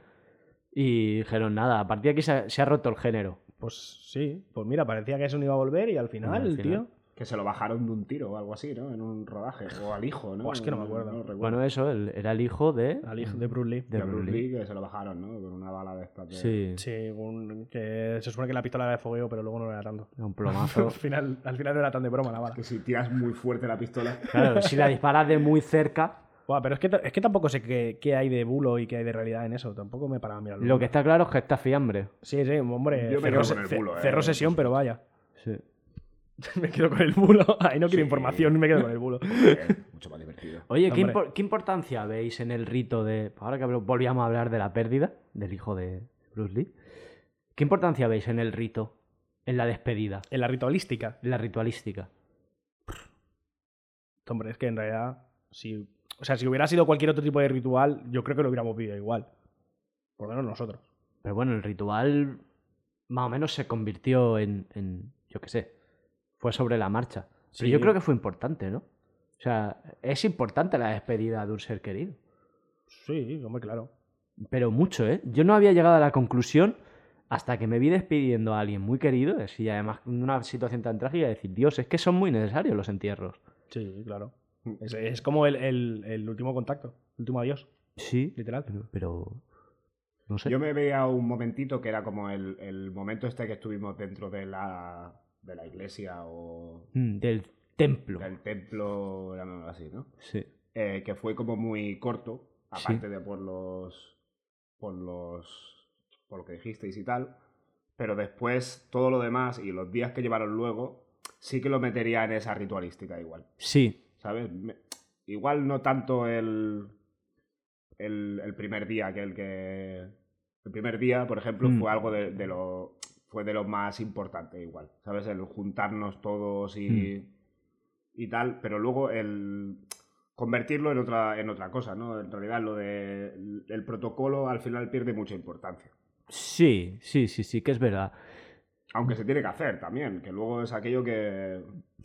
Y dijeron, nada, a partir de aquí se ha, se ha roto el género.
Pues sí, pues mira, parecía que eso no iba a volver y al final,
al
el
final.
tío.
Que se lo bajaron de un tiro o algo así, ¿no? En un rodaje. O al hijo, ¿no?
Buah, es que no me acuerdo.
recuerdo.
Bueno, eso, él era el hijo de...
Al hijo de Bruce Lee.
Mm. de
de Bruce
Bruce
Lee, que se lo bajaron, ¿no? Con una bala de estas. de-
mm, Sí,
Sí, un- que se supone que la pistola era de fogueo, pero luego no lo era tanto.
un
Al
plomazo.
final, al final no era tan de broma la bala.
Que si tiras muy fuerte la pistola.
claro, si la disparas de muy cerca...
Buah, pero es que, ta- es que tampoco sé qué, qué hay de bulo y qué hay de realidad en eso. Tampoco me paraba a mirarlo.
Lo que está claro es que está fiambre.
Sí, sí, hombre.
Yo me
cerró,
quedo con
se-
el bulo,
ce-
eh.
cerró sesión, pero vaya.
Sí.
me quedo con el bulo. Ahí no quiero
Sí.
información, me quedo con el bulo.
Joder, mucho más divertido.
Oye, ¿qué,
Hombre.
impor- qué importancia veis en el rito de. Ahora que hablo- volvíamos a hablar de la pérdida del hijo de Bruce Lee. ¿Qué importancia veis en el rito? En la despedida,
En la ritualística.
en la ritualística.
Hombre, es que en realidad, si, o sea, si hubiera sido cualquier otro tipo de ritual, yo creo que lo hubiéramos vivido igual. Por lo menos nosotros.
Pero bueno, el ritual más o menos se convirtió en. en- yo qué sé. Fue sobre la marcha. Pero
Sí.
yo creo que fue importante, ¿no? O sea, es importante la despedida de un ser querido.
Sí, hombre, claro.
Pero mucho, ¿eh? Yo no había llegado a la conclusión hasta que me vi despidiendo a alguien muy querido, es decir, y además en una situación tan trágica, de decir, Dios, es que son muy necesarios los entierros.
Sí, claro. Es, es como el, el- el último contacto, el último adiós,
Sí,
literal.
pero... No sé.
Yo me veía un momentito que era como el, el momento este que estuvimos dentro de la, de la iglesia o
Mm, Del templo.
del templo, llamémoslo así, ¿no?
Sí.
eh, que fue como muy corto,
Sí.
aparte de por los, por los, por lo que dijisteis y tal, pero después todo lo demás y los días que llevaron luego, sí que lo metería en esa ritualística igual,
Sí.
¿sabes? Me- igual no tanto el, el, el primer día que el que, el primer día, por ejemplo,
Mm.
fue algo de, de lo, fue de lo más importante igual, ¿sabes? El juntarnos todos y
Mm.
y tal, pero luego el convertirlo en otra, en otra cosa, ¿no? En realidad lo de el- el protocolo al final pierde mucha importancia.
Sí, sí, sí, sí, que es verdad.
Aunque se tiene que hacer también, que luego es aquello que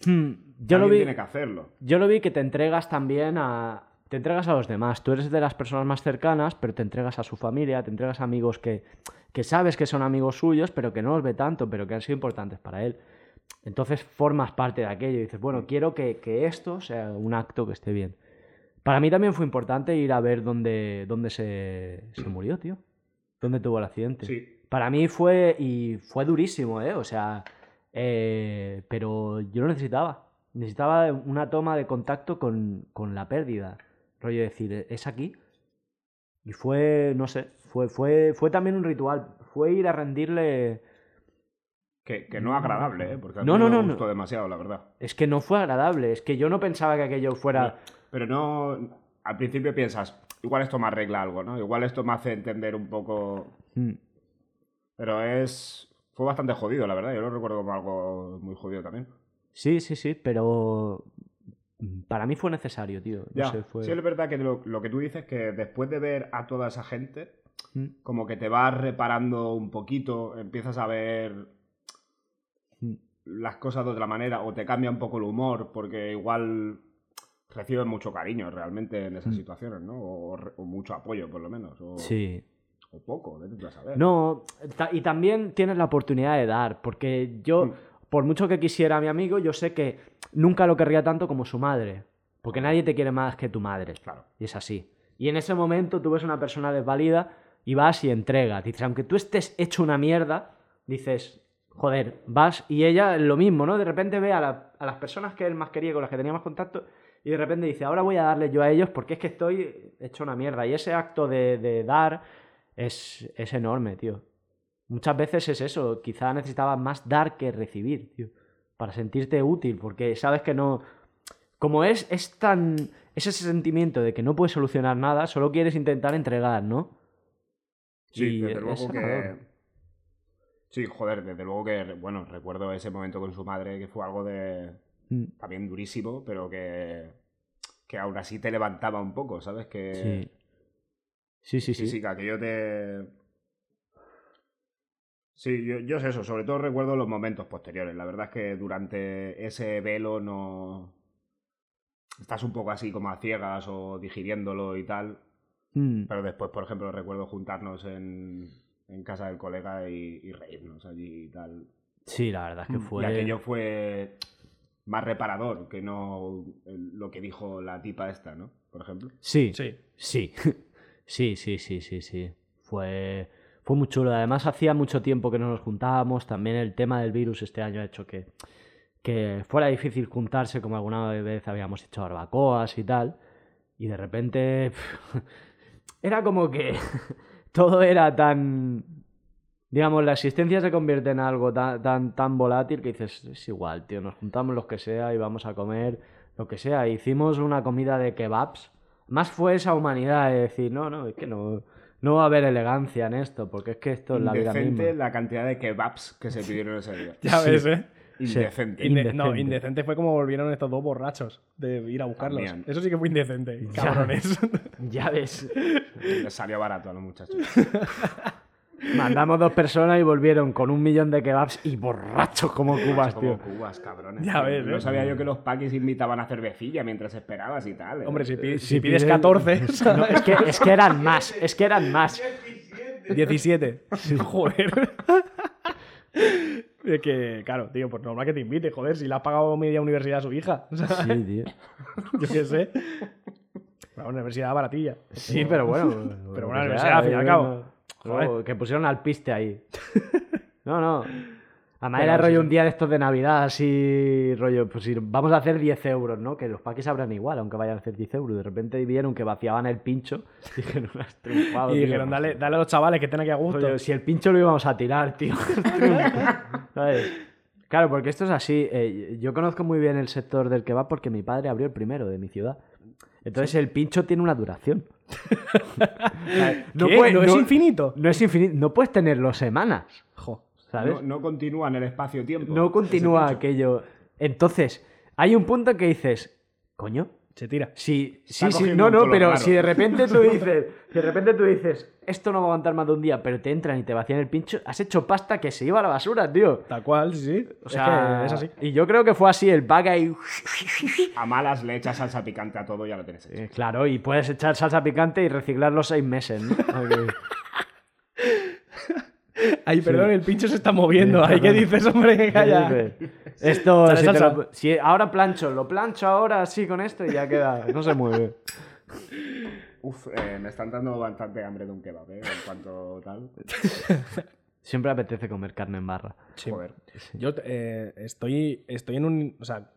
Mm, Yo lo
alguien
vi...
tiene que hacerlo.
Yo lo vi que te entregas también a. Te entregas a los demás. Tú eres de las personas más cercanas, pero te entregas a su familia, te entregas a amigos que, que sabes que son amigos suyos, pero que no los ve tanto, pero que han sido importantes para él. Entonces formas parte de aquello y dices, bueno, quiero que, que esto sea un acto que esté bien. Para mí también fue importante ir a ver dónde, dónde se, se murió, tío. Dónde tuvo el accidente.
Sí.
Para mí fue y fue durísimo, ¿eh? O sea, eh, pero yo lo necesitaba. Necesitaba una toma de contacto con, con la pérdida. Rollo decir, es aquí. Y fue, no sé, fue, fue, fue también un ritual. Fue ir a rendirle
Que, que no agradable, ¿eh? Porque a
No,
mí
no,
me
no, no.
gustó demasiado, la verdad.
Es que no fue agradable, es que yo no pensaba que aquello fuera...
Pero no. Al principio piensas, igual esto me arregla algo, ¿no? Igual esto me hace entender un poco.
Mm.
Pero es. Fue bastante jodido, la verdad. Yo lo recuerdo como algo muy jodido también.
Sí, sí, sí, pero... mm, Para mí fue necesario, tío. No
Ya.
sé, fue-
Sí, es verdad que lo, lo que tú dices que después de ver a toda esa gente,
Mm.
como que te vas reparando un poquito, empiezas a ver
Mm.
las cosas de otra manera o te cambia un poco el humor porque igual recibes mucho cariño realmente en esas
Mm.
situaciones, ¿no? O, o re- o mucho apoyo por lo menos, o,
Sí.
o poco, vete tú a saber.
No, ta- y también tienes la oportunidad de dar, porque yo,
Mm.
por mucho que quisiera a mi amigo, yo sé que nunca lo querría tanto como su madre, porque nadie te quiere más que tu madre,
Claro.
y es así. Y en ese momento tú ves una persona desvalida y vas y entregas, dices, aunque tú estés hecho una mierda, dices, joder, vas y ella lo mismo, ¿no? De repente ve a, la- a las personas que él más quería, con las que tenía más contacto, y de repente dice, ahora voy a darle yo a ellos porque es que estoy hecho una mierda. Y ese acto de, de dar es, es enorme, tío. Muchas veces es eso, quizá necesitabas más dar que recibir, tío, para sentirte útil, porque sabes que no... Como es, es tan... Es ese sentimiento de que no puedes solucionar nada, solo quieres intentar entregar, ¿no?
Sí,
Y
desde
es
luego que.
sanador.
Sí, joder, desde luego que, bueno, recuerdo ese momento con su madre que fue algo de,
Mm,
también durísimo, pero que, que aún así te levantaba un poco, ¿sabes? Que,
Sí. Sí, Eh, sí, sí.
sí, que aquello te... Sí, yo, yo es eso, sobre todo recuerdo los momentos posteriores. La verdad es que durante ese velo no... Estás un poco así como a ciegas o digiriéndolo y tal.
Mm,
Pero después, por ejemplo, recuerdo juntarnos en, en casa del colega y, y reírnos allí y tal.
sí, la verdad es mm, que fue...
Y aquello fue más reparador que no el- lo que dijo la tipa esta, ¿no? Por ejemplo.
Sí.
Sí.
Sí, sí, sí, sí, sí, sí. Fue, fue muy chulo. Además, hacía mucho tiempo que no nos juntábamos. También el tema del virus este año ha hecho que, que fuera difícil juntarse, como alguna vez habíamos hecho barbacoas y tal. Y de repente pf, era como que todo era tan... Digamos, la existencia se convierte en algo tan, tan, tan volátil que dices, es igual, tío, nos juntamos los que sea y vamos a comer lo que sea. Hicimos una comida de kebabs. Más fue esa humanidad de decir, no, no, es que no, no va a haber elegancia en esto, porque es que esto es la vida
Indecente
misma.
la cantidad de kebabs que se pidieron ese día.
Ya
Sí.
ves, ¿eh?
Indecente.
Sí.
Inde-
Indecente.
No, indecente fue como volvieron estos dos borrachos de ir a buscarlos.
También.
Eso sí que fue indecente,
Ya.
cabrones.
Ya ves,
Les salió barato a los muchachos.
mandamos dos personas y volvieron con un millón de kebabs y borrachos como cubas,
Como
tío.
cubas, cabrones.
Ya
tío.
ves,
No
¿eh?
sabía yo que los paquis invitaban a cervecilla mientras esperabas y tal. ¿eh?
Hombre, si, pi-
si
si pides
piden-
14,
No, es, que, es que eran más, es que eran más.
17. Joder. Es que, claro, tío, pues normal que te invite, joder, si le has pagado media universidad a su hija. O sea,
Sí, tío.
Yo qué sé. Una universidad baratilla.
Sí, pero bueno.
Pero
lo
una
que
universidad, al fin y al
eh,
cabo.
no.
Joder.
Luego, que pusieron al piste ahí. No, no. Además
Pero
era
sí,
rollo
sí.
un día de estos de Navidad, así rollo, pues si vamos a hacer 10 euros, ¿no? Que los paques sabrán igual, aunque vayan a hacer 10 euros. De repente vieron que vaciaban el pincho y dijeron, "Has triunfado,
Y
tío".
dijeron, dale, dale a los chavales que estén aquí a gusto.
Rollo, si el pincho lo íbamos a tirar, tío. ¿Sabes? Claro, porque esto es así. eh, yo conozco muy bien el sector del kebab porque mi padre abrió el primero de mi ciudad. Entonces el pincho tiene una duración.
¿Qué?
puede-
¿No es infinito?
No es infinito. No puedes tenerlo semanas,
Jo.
¿sabes?
No, no continúa en el espacio-tiempo.
no continúa aquello. Entonces, hay un punto en que dices, coño,
Se tira.
Sí,
Está
sí, sí.
cogiendo
No,
un
no,
color
pero
raro.
si de repente tú dices, si de repente tú dices, esto no va a aguantar más de un día, pero te entran y te vacían el pincho, has hecho pasta que se iba a la basura, tío.
Tal cual, sí, sí.
O sea,
es, que es así.
Y yo creo que fue así, el pack ahí.
A malas le echas salsa picante a todo y ya lo tienes hecho.
Eh, Claro, y puedes echar salsa picante y reciclarlo seis meses, ¿no? Ok.
Ay, perdón, el pincho se está moviendo. Ay, ¿qué dices, hombre? Calla.
Esto,
Sale
si, te
salsa.
lo- si ahora plancho, lo plancho ahora así con esto y ya queda, no se mueve.
Uf, eh, me están dando bastante hambre de un kebab, ¿eh? En cuanto tal.
Siempre apetece comer carne en barra.
Sí.
Joder.
Yo eh, estoy, estoy en un. O sea,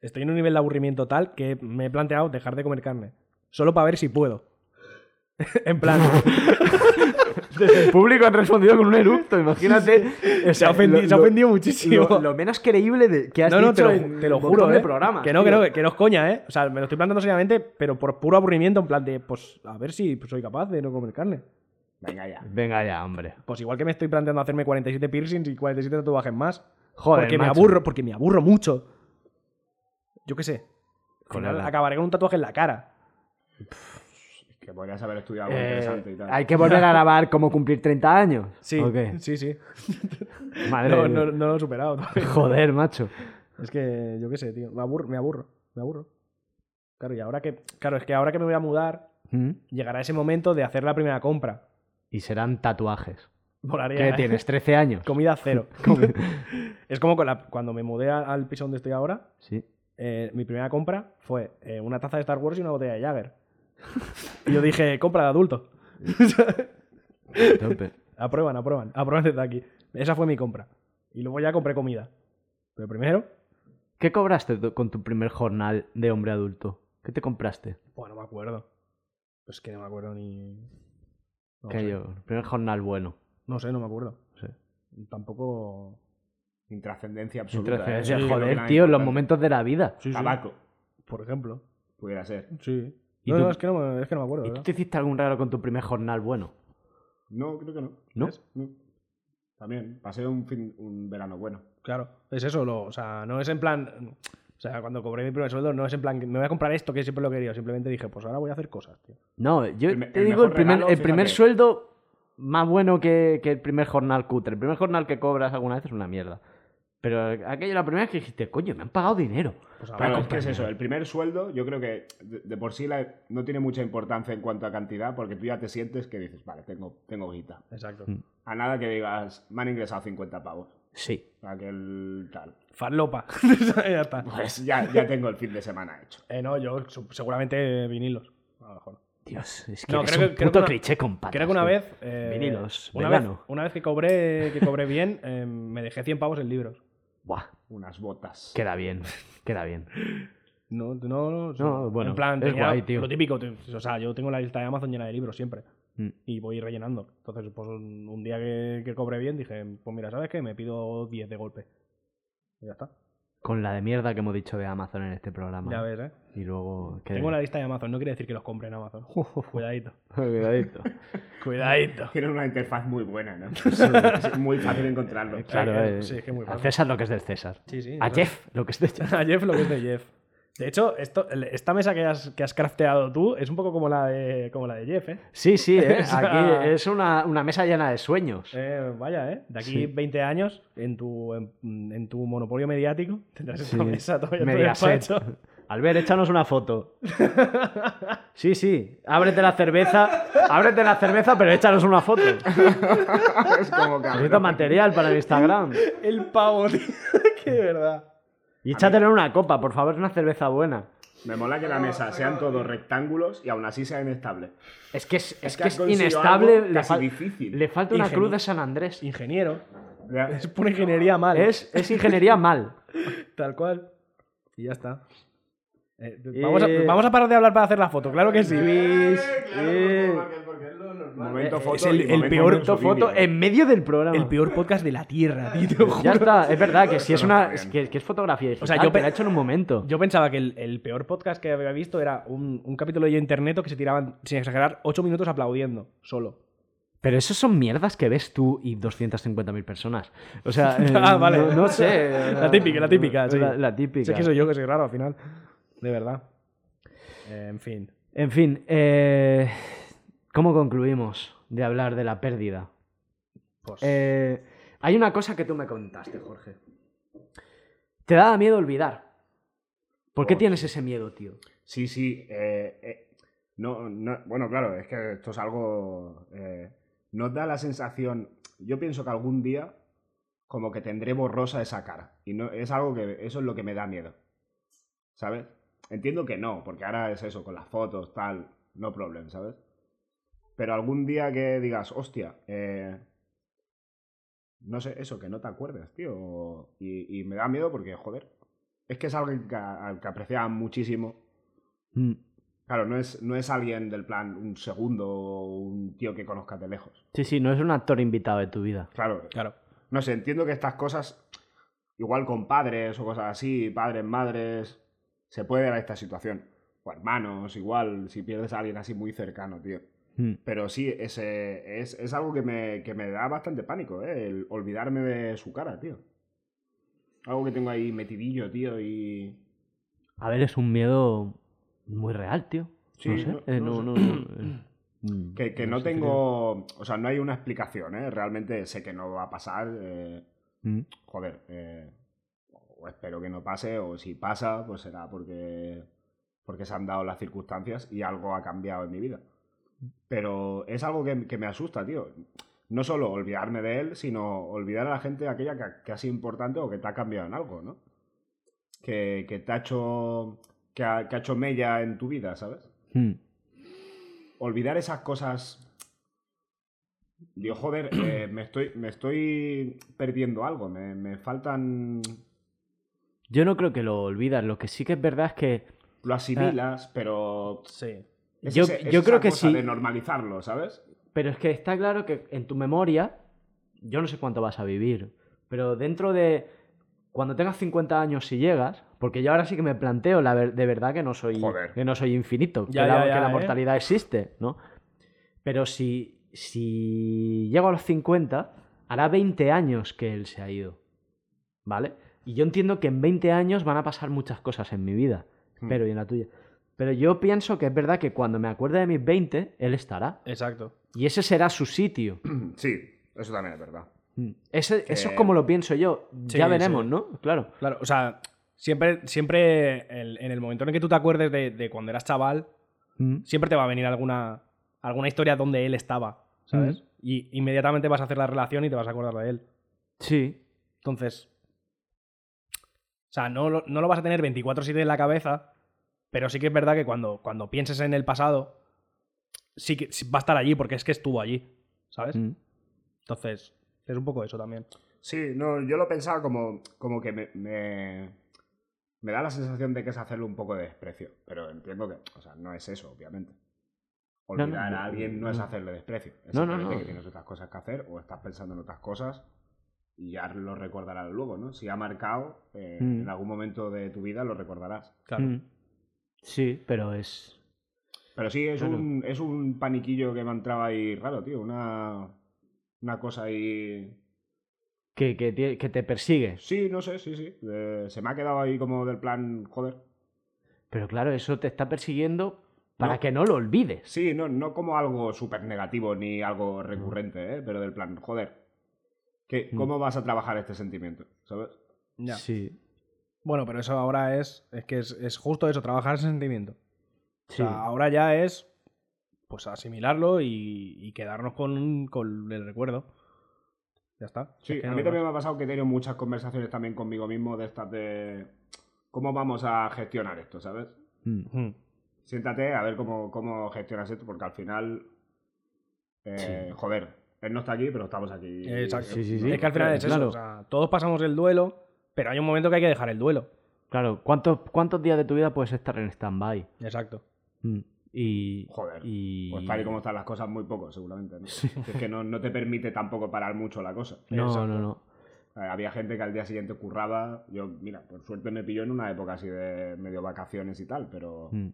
estoy en un nivel de aburrimiento tal que me he planteado dejar de comer carne. Solo para ver si puedo. en plan.
Desde el público han respondido con un eructo, imagínate. O
Se ha ofendi- se ha ofendido muchísimo.
Lo, lo menos creíble de, que has
No, no, te
dicho
lo,
en
te lo
un
juro,
montón de
¿eh?
programas,
que no, que
tío.
no, que no es coña, ¿eh? O sea, me lo estoy planteando seriamente, pero por puro aburrimiento, en plan de, pues, a ver si soy capaz de no comer carne.
Venga ya.
Venga ya, hombre.
Pues igual que me estoy planteando hacerme 47 piercings y 47 tatuajes más.
Joder,
porque me
macho.
aburro, porque me aburro mucho. Yo qué sé. Al
Con
final
la-
acabaré con un tatuaje en la cara.
Que podrías haber estudiado algo interesante y
Eh,
tal.
hay que volver a grabar cómo cumplir 30 años.
Sí,
¿O qué?
sí, sí.
Madre
No,
de-
no, no lo he superado. todavía.
Joder, macho.
es que, yo qué sé, tío. Me aburro, me aburro, me aburro. Claro, y ahora que, claro, es que ahora que me voy a mudar,
¿Mm?
llegará ese momento de hacer la primera compra.
Y serán tatuajes.
Molaría,
¿Qué
¿eh?
tienes? ¿13 años?
Comida cero. es como con la- cuando me mudé a- al piso donde estoy ahora,
Sí.
eh, mi primera compra fue eh, una taza de Star Wars y una botella de Jagger. y yo dije, compra de adulto.
Tope.
aprueban, aprueban, aprueban desde aquí. Esa fue mi compra. Y luego ya compré comida. Pero primero,
¿Qué cobraste tú con tu primer jornal de hombre adulto? ¿Qué te compraste?
bueno, no me acuerdo. Pues que no me acuerdo ni... No
que
sé.
yo, primer jornal bueno.
No sé, no me acuerdo.
Sí.
Tampoco...
Intrascendencia absoluta.
Entonces,
¿eh? Yo creo que
joder,
nada
tío, los
importante.
momentos de la vida.
Sí, sí.
Tabaco,
Por ejemplo.
pudiera ser.
Sí.
¿Y
no,
tú?
no, es que no, me- es que no me acuerdo.
¿Y tú
¿verdad?
te hiciste algún raro con tu primer jornal bueno?
No, creo que no.
¿No?
¿Ves? No. También, pasé un, fin- un verano bueno.
Claro, es eso, lo, o sea, no es en plan, o sea, cuando cobré mi primer sueldo no es en plan, que me voy a comprar esto que siempre lo he querido, simplemente dije, pues ahora voy a hacer cosas, tío.
No, yo
El me-
te
el
digo, el
mejor
primer,
regalo,
el primer
fíjate.
sueldo más bueno que, que el primer jornal cutre. El primer jornal que cobras alguna vez es una mierda. Pero aquello, la primera vez que dijiste, coño, me han pagado dinero.
Pues ahora
Claro, es que
compro.
es eso. El primer sueldo, yo creo que de, de por sí la- no tiene mucha importancia en cuanto a cantidad, porque tú ya te sientes que dices, vale, tengo, tengo guita.
Exacto.
Mm.
A nada que digas, me han ingresado 50 pavos.
Sí.
Aquel tal.
Farlopa. ya está.
Pues ya, ya tengo el fin de semana hecho.
Eh, no, yo su- seguramente eh, vinilos, a lo mejor.
Dios, es que
No,
eres
creo que-
un
creo
puto
que una-
cliché con patas.
Creo que una
tío.
vez... eh,
Vinilos,
una vez,
vegano.
una vez que cobré, que cobré bien, eh, me dejé 100 pavos en libros.
Buah,
Unas botas.
queda bien, queda bien.
No, no, no,
No, bueno,
en plan,
es
tenía
guay, tío.
lo típico, te- o sea, yo tengo la lista de Amazon llena de libros siempre.
Mm.
y voy rellenando. Entonces, pues un, un día que, que cobré bien, dije, pues mira, ¿sabes qué? Me pido 10 de golpe. Y ya está.
Con la de mierda que hemos dicho de Amazon en este programa.
Ya ves, ¿eh?
Y luego... que-
Tengo la lista de Amazon, no quiere decir que los compre en Amazon. Cuidadito.
Cuidadito.
Cuidadito.
Tienen una interfaz muy buena, ¿no? Es muy fácil encontrarlo.
Claro,
Sí,
eh,
sí, es que es muy
a
fácil.
César lo que es del César.
Sí, sí.
A
eso.
Jeff lo que es de Jeff.
A Jeff lo que es de Jeff. De hecho, esto, el- esta mesa que has, que has crafteado tú es un poco como la de, como la de Jeff, ¿eh?
Sí, sí, ¿eh?
O sea-
aquí es una, una mesa llena de sueños.
Eh, Vaya, ¿eh? De aquí
Sí.
20 años, en tu, en, en tu monopolio mediático, tendrás esta
Sí.
mesa todavía en tu
Mediaset.
despacho.
eh, Albert, échanos una foto. Sí, sí, ábrete la cerveza, ábrete la cerveza, pero échanos una foto.
Es como
Necesito
cabrón.
material para el Instagram.
El pavo, tío. que de verdad.
Y échatelo en una copa, por favor, una cerveza buena.
Me mola que la mesa sean todos rectángulos y aún así sea inestable.
Es que es, es
que
que
has
es
conseguido
inestable.
algo
Le,
casi
fal-
difícil.
le falta una
Ingeni-
cruz de San Andrés.
Ingeniero.
Ya,
Es pura ingeniería mal. eh,
Es, es ingeniería mal.
Tal cual. Y ya está. Eh, vamos, a,
Eh.
vamos a parar de hablar para hacer la foto, claro que sí.
Eh,
Momento foto
es el-
y
el
momento
peor
foto,
suicidio,
foto
¿eh?
en medio del programa.
El peor podcast de la Tierra, tío. te lo
Ya
juro.
está, es verdad que si es
Eso no
una.
está
Es
bien.
que, que es fotografía.
O
O
sea,
sea,
yo
yo
pe-
la he hecho en un momento.
Yo pensaba que el, el peor podcast que había visto era un, un capítulo de Yo Internet que se tiraban, sin exagerar, 8 minutos aplaudiendo, solo.
Pero eso son mierdas que ves tú y 250.000 personas. O sea, eh,
Ah, vale.
no, no sé. eh,
La típica, la típica, sí.
La, la típica.
Si es que soy yo que soy raro al final. De verdad. Eh, en fin.
En fin, eh, ¿cómo concluimos de hablar de la pérdida?
Pues,
Eh, hay una cosa que tú me contaste, Jorge. Te daba miedo olvidar. ¿Por qué
Pues-
tienes ese miedo, tío?
Sí, sí. eh, eh, no, no- bueno, claro, es que esto es algo... eh, nos da la sensación... Yo pienso que algún día como que tendré borrosa esa cara. Y no, es algo que... Eso es lo que me da miedo. ¿Sabes? Entiendo que no, porque ahora es eso, con las fotos, tal, no problem, ¿sabes? Pero algún día que digas, hostia, eh, no sé, eso, que no te acuerdas, tío. o- Y, y me da miedo porque, joder, es que es algo que, a- al que apreciaba muchísimo
Mm.
Claro, no es, no es alguien del plan un segundo o un tío que conozcas de lejos.
Sí, sí, no es un actor invitado de tu vida.
Claro,
Claro.
no sé, entiendo que estas cosas, igual con padres o cosas así, padres, madres, se puede dar esta situación. O hermanos, igual, si pierdes a alguien así muy cercano, tío.
Mm.
Pero sí, ese, es, es algo que me, que me da bastante pánico, ¿eh? El olvidarme de su cara, tío. Algo que tengo ahí metidillo, tío, y...
A ver, es un miedo muy real, tío.
Sí,
no sé.
no-
eh,
no
no,
sé.
no, no, eh,
Que, que
mm,
no
sé qué
tengo... O sea, no hay una explicación, ¿eh? Realmente sé que no va a pasar. eh,
decir. Mm.
joder, eh, o espero que no pase, o si pasa, pues será porque, porque se han dado las circunstancias y algo ha cambiado en mi vida.
Mm.
Pero es algo que, que me asusta, tío. No solo olvidarme de él, sino olvidar a la gente aquella que, ha- que ha sido importante o que te ha cambiado en algo, ¿no? Que, que te ha hecho... Que ha, que ha hecho mella en tu vida, ¿sabes?
Mm.
olvidar esas cosas. Digo, joder, eh, me, estoy, me estoy perdiendo algo, me, me faltan.
Yo no creo que lo olvidas. Lo que sí que es verdad es que.
Lo asimilas, pero.
Sí.
es
Yo-
ese- es
yo
esa
creo que
cosa
sí.
De normalizarlo, ¿sabes?
Pero es que está claro que en tu memoria. Yo no sé cuánto vas a vivir. Pero dentro de. Cuando tengas 50 años, si llegas. Porque yo ahora sí que me planteo la ver- de verdad que no soy,
Joder.
que no soy infinito.
Ya,
que, la,
ya, ya,
que la
¿eh?
mortalidad existe, ¿no? Pero si, si llego a los 50, hará 20 años que él se ha ido. ¿Vale? Y yo entiendo que en 20 años van a pasar muchas cosas en mi vida.
Hmm.
Pero y en la tuya. Pero yo pienso que es verdad que cuando me acuerde de mis 20, él estará.
Exacto.
Y ese será su sitio. Mm.
Sí, eso también es verdad.
Ese-
Que-
Eso es como lo pienso yo.
Sí,
ya veremos,
sí.
¿no? Claro.
Claro, o sea, siempre, siempre el- en el momento en el que tú te acuerdes de, de cuando eras chaval,
Mm.
siempre te va a venir alguna, alguna historia donde él estaba, ¿sabes?
Ujú.
Y inmediatamente vas a hacer la relación y te vas a acordar de él.
Sí.
Entonces, o sea, no lo, no lo vas a tener 24-7 en la cabeza, pero sí que es verdad que cuando, cuando pienses en el pasado, sí que sí va a estar allí porque es que estuvo allí, ¿sabes?
Mm.
Entonces, es un poco eso también.
Sí, no, yo lo pensaba como, como que me, me, me da la sensación de que es hacerle un poco de desprecio, pero entiendo que, o sea, no es eso, obviamente.
no,
Olvidar a
no,
alguien no, es
no.
hacerle desprecio, es
No, no,
simplemente
no.
que tienes otras cosas que hacer o estás pensando en otras cosas y ya lo recordarás luego, ¿no? Si ha marcado, eh,
Mm.
en algún momento de tu vida lo recordarás.
Claro.
Mm. Sí, pero es.
Pero sí, es,
Claro.
un, es un paniquillo que me entraba ahí raro, tío, una, una cosa ahí
Que, que, tie- que te persigue.
Sí, no sé, sí, sí. Eh, se me ha quedado ahí como del plan, joder.
Pero claro, eso te está persiguiendo para
No.
que no lo olvides.
Sí, no, no como algo súper negativo ni algo recurrente, ¿eh? pero del plan, joder. ¿Qué,
Mm.
¿Cómo vas a trabajar este sentimiento? ¿Sabes?
Ya.
Sí.
Bueno, pero eso ahora es, es que es, es justo eso, trabajar ese sentimiento. O
Sí.
sea, ahora ya es pues asimilarlo y, y quedarnos con, con el recuerdo. Ya está.
Sí,
Es que
a
no
mí
hay
también
más.
me ha pasado que he tenido muchas conversaciones también conmigo mismo de estas de... ¿Cómo vamos a gestionar esto, sabes?
Mm.
Ujú.
Siéntate a ver cómo, cómo gestionas esto, porque al final... eh, Joder, él no está aquí, pero estamos aquí.
Eh,
eh,
Exacto.
Sí, sí, sí.
Es que al final es
Claro.
eso. o sea, todos pasamos el duelo, pero hay un momento que hay que dejar el duelo.
Claro, ¿cuántos, ¿cuántos días de tu vida puedes estar en stand-by?
Exacto.
Mm. Y.
Joder.
Y...
Pues tal y como están las cosas, muy poco, seguramente. ¿no? Es que no, no te permite tampoco parar mucho la cosa.
No,
Exacto.
no, no.
Eh, Había gente que al día siguiente curraba. Yo, mira, por suerte me pilló en una época así de medio vacaciones y tal, pero
Mm.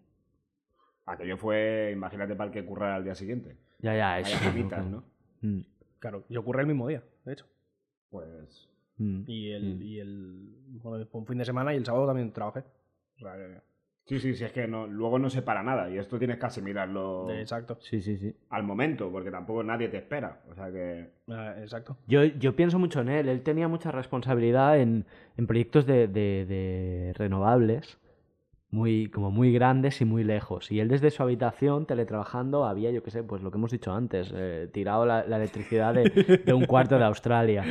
aquello fue, imagínate, para el que currar al día siguiente.
Ya, ya, es.
Hay penitas, ¿no?
Mm,
Claro. Y ocurre el mismo día, de hecho.
Pues,
mm.
Y el,
Mm.
y el bueno, fue un fin de semana y el sábado también trabajé.
o sea, que- sí, sí, sí, es que no, luego no se para nada y esto tienes que
Oh.
asimilarlo
Exacto.
Sí, sí, sí.
al momento, porque tampoco nadie te espera. O sea que,
Ah, exacto.
Yo, yo pienso mucho en él. Él tenía mucha responsabilidad en, en proyectos de, de- de renovables, muy, como muy grandes y muy lejos. Y él desde su habitación, teletrabajando, había, yo qué sé, pues lo que hemos dicho antes, eh, tirado la, la electricidad de, de un cuarto de Australia.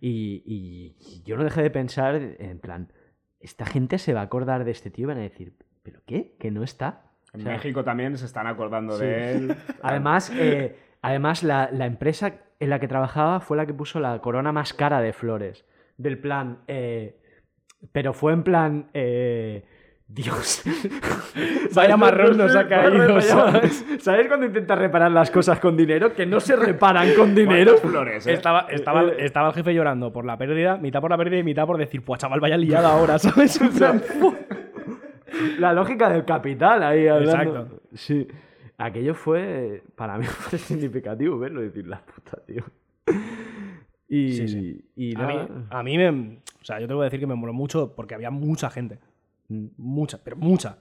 Y, y yo no dejé de pensar, en plan, esta gente se va a acordar de este tío y van a decir, ¿pero qué? ¿Que no está?
en
O sea,
México también se están acordando
sí.
de él.
Además, eh, además la, la empresa en la que trabajaba fue la que puso la corona más cara de flores. Del plan. eh, pero fue en plan. eh, Dios.
Vaya marrón nos ha caído, ¿sabes?
¿sabes? ¿Sabes cuando intentas reparar las cosas con dinero? Que no se reparan con dinero.
Cuántas flores, eh?
Estaba, estaba, estaba el jefe llorando por la pérdida, mitad por la pérdida y mitad por decir, pues chaval, vaya liada ahora, ¿sabes? En plan, ¡puf!
La lógica del capital ahí hablando.
Exacto.
Sí. Aquello fue, para mí fue significativo verlo y decir la puta, tío. Y,
Sí, sí.
y
a, mí,
nada.
a mí me. O sea, yo tengo que decir que me moló mucho porque había mucha gente. Mucha, pero mucha.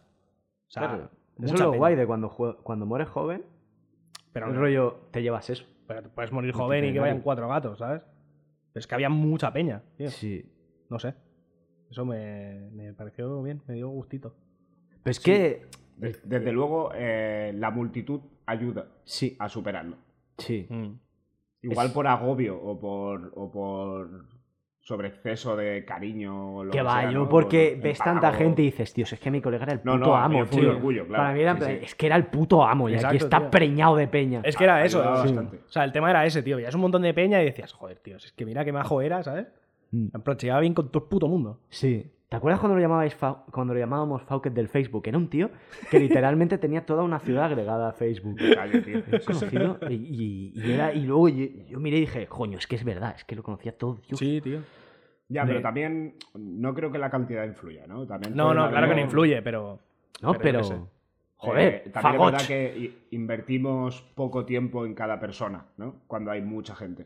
O sea,
Claro, eso es
mucha
lo
peña.
guay de cuando, jue- cuando mueres joven,
Pero
el rollo, te llevas eso.
Pero te puedes morir joven y que vayan cuatro gatos, ¿sabes? Pero es que había mucha peña, tío.
Sí.
No sé. Eso me, me pareció bien, me dio gustito.
Pero es que...
De- Desde luego, eh, la multitud ayuda
Sí, ah,
a superarlo.
sí.
Mm. Igual por agobio o por, o por sobreexceso de cariño. o lo
Que
que
va,
sea,
yo
¿no?
porque
Por
ves
empalago.
tanta gente y dices, Dios, es que mi colega era el
No,
puto
no, a mí
amo,
fue un
tío.
orgullo, claro.
Para mí era, en
Sí,
plan,
sí.
es que era el puto amo y aquí
Exacto,
está
tío.
preñado de peña.
Es que era eso.
ayudaba
sí.
bastante.
O sea, el tema era ese, tío. Veías un montón de peña y decías, joder, tío, si es que mira qué majo era, ¿sabes?
Mm.
En plan, se llevaba bien con todo el puto mundo.
Sí. ¿Te acuerdas cuando lo, llamabais Fa- cuando lo llamábamos Fauquet del Facebook? Era un tío que literalmente tenía toda una ciudad agregada a Facebook.
Calle, tío.
Era conocido y, y- y era- y luego yo, yo miré y dije, coño, es que es verdad, es que lo conocía todo, tío.
Sí, tío.
Ya,
De-
pero también no creo que la cantidad influya, ¿no? También
No,
fue
no,
una
claro que no
labor-
influye, pero.
No,
Pero yo
pero...
qué sé.
Joder,
Eh, también
Fagot.
es verdad que i- invertimos poco tiempo en cada persona, ¿no? Cuando hay mucha gente.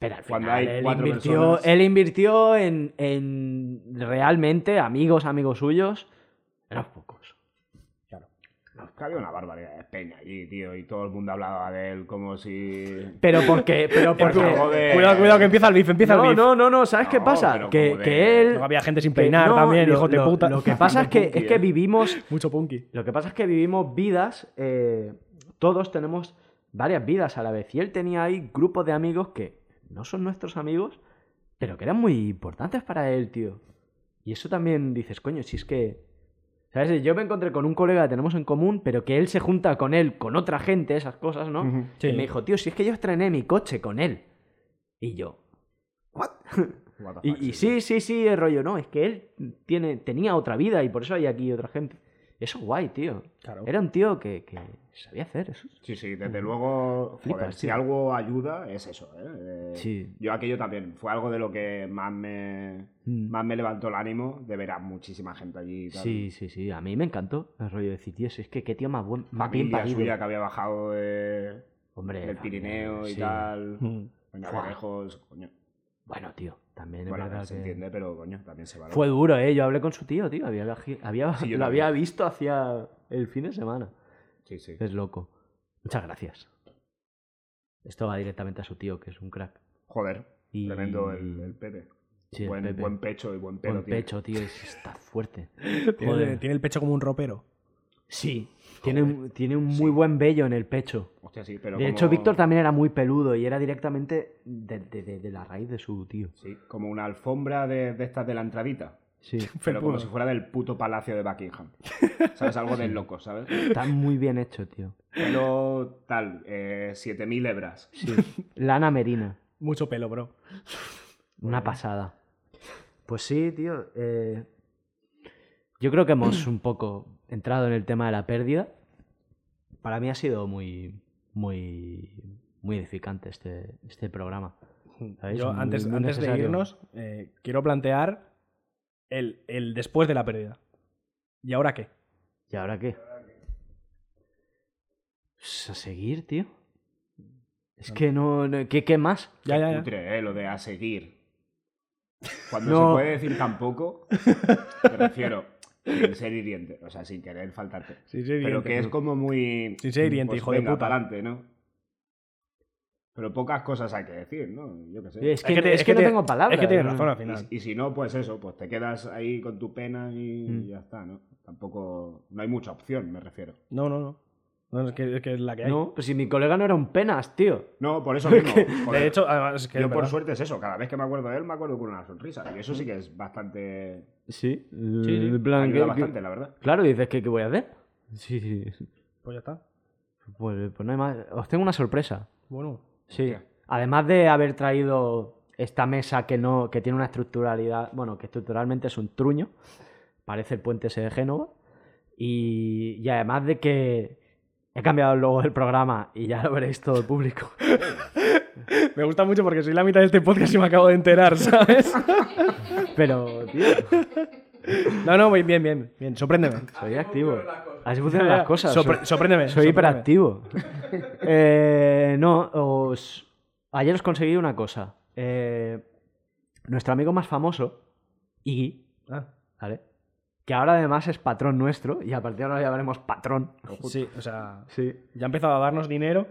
Pero al
Cuando
final
hay
él,
cuatro
invirtió,
personas.
él invirtió en, en realmente amigos, amigos suyos. Eran pocos.
Es que había una barbaridad de peña allí, tío, y todo el mundo hablaba de él como si...
Pero porque... Pero
Por
porque...
favor, de-
Cuidado, cuidado, que empieza el bif, empieza el
No,
bif.
no, no, no, ¿sabes qué
No,
pasa?
pero
Que,
como de-
que él...
Luego había gente sin
que-
peinar
no,
también,
lo-
hijo de
lo-
puta.
Lo que pasa es que,
Punky,
es que
eh.
vivimos
Mucho punky.
Lo que pasa es que vivimos vidas, eh, todos tenemos varias vidas a la vez. Y él tenía ahí grupos de amigos que no son nuestros amigos, pero que eran muy importantes para él, tío. Y eso también dices, coño, si es que... ¿Sabes? Yo me encontré con un colega que tenemos en común, pero que él se junta con él, con otra gente, esas cosas, ¿no?
Ujú.
Sí.
Y me dijo, tío, si es que yo estrené mi coche con él. Y yo,
What the
y,
fuck,
y sí, sí, sí, el rollo, no, es que él tiene, tenía otra vida y por eso hay aquí otra gente. Eso es guay, tío.
Claro.
Era un tío que, que sabía hacer eso.
Sí, sí, desde luego,
Flipas,
joder, si
tío.
algo ayuda es eso. ¿eh? Eh,
Sí.
Yo aquello también, fue algo de lo que más me,
Mm.
más me levantó el ánimo de ver a muchísima gente allí. y tal.
Sí, sí, sí, a mí me encantó el rollo de decir, tío, si es que qué tío más buen, más bien
Familia
parido.
suya que había bajado de-
Hombre,
del
Eh, familia,
Pirineo y
sí.
tal.
Mm.
Venga,
Buah.
lejos, coño.
Bueno, tío, también es
Bueno,
verdad
se
que-
entiende, pero coño, también se va.
Fue duro, eh, yo hablé con su tío, tío, había, viaje- había-
Sí, yo
lo
también.
había visto hacia el fin de semana.
Sí, sí.
Es loco. Muchas gracias. Esto va directamente a su tío, que es un crack.
Joder,
Y-
tremendo el, el Pepe.
Sí, el
buen,
Pepe.
buen pecho y buen pelo.
Con
tiene.
pecho, tío, es- está fuerte.
Tiene,
Joder.
tiene el pecho como un ropero.
Sí, tiene un, tiene un muy buen vello en el pecho.
Hostia, sí, pero
De
como-
hecho, Víctor también era muy peludo y era directamente de, de- de- de la raíz de su tío.
Sí, como una alfombra de, de estas de la entradita.
Sí,
Pero como
Felpudo.
si fuera del puto palacio de Buckingham. ¿Sabes? Algo del loco, ¿sabes?
está muy bien hecho, tío.
Pelo tal, eh, 7000 hebras.
Sí. Lana Merina,
Mucho pelo, bro.
una pasada. Pues sí, tío. eh, yo creo que hemos un poco entrado en el tema de la pérdida. Para mí ha sido muy, muy, muy edificante este, este programa. ¿Sabéis?
Yo,
Ah, Muy-
antes,
muy
antes de
necesario.
irnos, eh, quiero plantear el, el después de la pérdida. ¿Y ahora qué?
¿Y ahora qué? Pues a seguir, tío. Es que no. no- ¿qué, ¿Qué más?
Ya, ya, ya.
Putre, ¿eh? Lo de a seguir. Cuando
No.
se puede decir tampoco, me refiero sin ser hiriente. O sea, sin querer faltarte.
Sin ser
Pero
hiriente.
que es como muy...
Sin ser hiriente,
pues
hijo de
venga,
puta.
pa'lante, ¿no? Pero pocas cosas hay que decir, ¿no? Yo qué sé.
Es que,
que te-
es
es
que
que
no
te-
tengo palabras.
es que tienes
¿no?
razón al
Y-
final.
Y, si no, pues eso, pues te quedas ahí con tu pena y
Mm.
ya está, ¿no? Tampoco, no hay mucha opción, me refiero.
No, no, no. No, es, que, es que es la que hay.
No, pues si mi colega no era un penas, tío.
No, por eso mismo. joder.
De hecho, además, es que
yo
es
por
verdad.
suerte es eso, cada vez que me acuerdo de él me acuerdo con una sonrisa. Y eso sí que es bastante...
Sí.
sí.
en plan,
Ayuda
¿qué-
bastante,
qué-
la verdad.
Claro, dices que qué voy a hacer. Sí, sí.
Pues ya está.
Pues, pues no hay más. Os tengo una sorpresa.
Bueno.
Sí.
Hostia.
Además de haber traído esta mesa que no, que tiene una estructuralidad, bueno, que estructuralmente es un truño, parece el puente ese de Génova. Y, y además de que he cambiado el logo del programa y ya lo veréis todo el público.
Me gusta mucho porque soy la mitad de este podcast y me acabo de enterar, ¿sabes?
Pero, tío,
No, no, bien, bien, bien. bien. Sorpréndeme.
soy activo. Así funcionan las cosas.
Sorpre-
soy-
sorpréndeme.
Soy
sorpréndeme.
hiperactivo. Eh, no, os... ayer os conseguí una cosa. Eh, nuestro amigo más famoso, Iggy,
Ah,
¿vale? que ahora además es patrón nuestro, y a partir de ahora lo llamaremos patrón.
sí, o sea,
Sí.
ya ha empezado a darnos dinero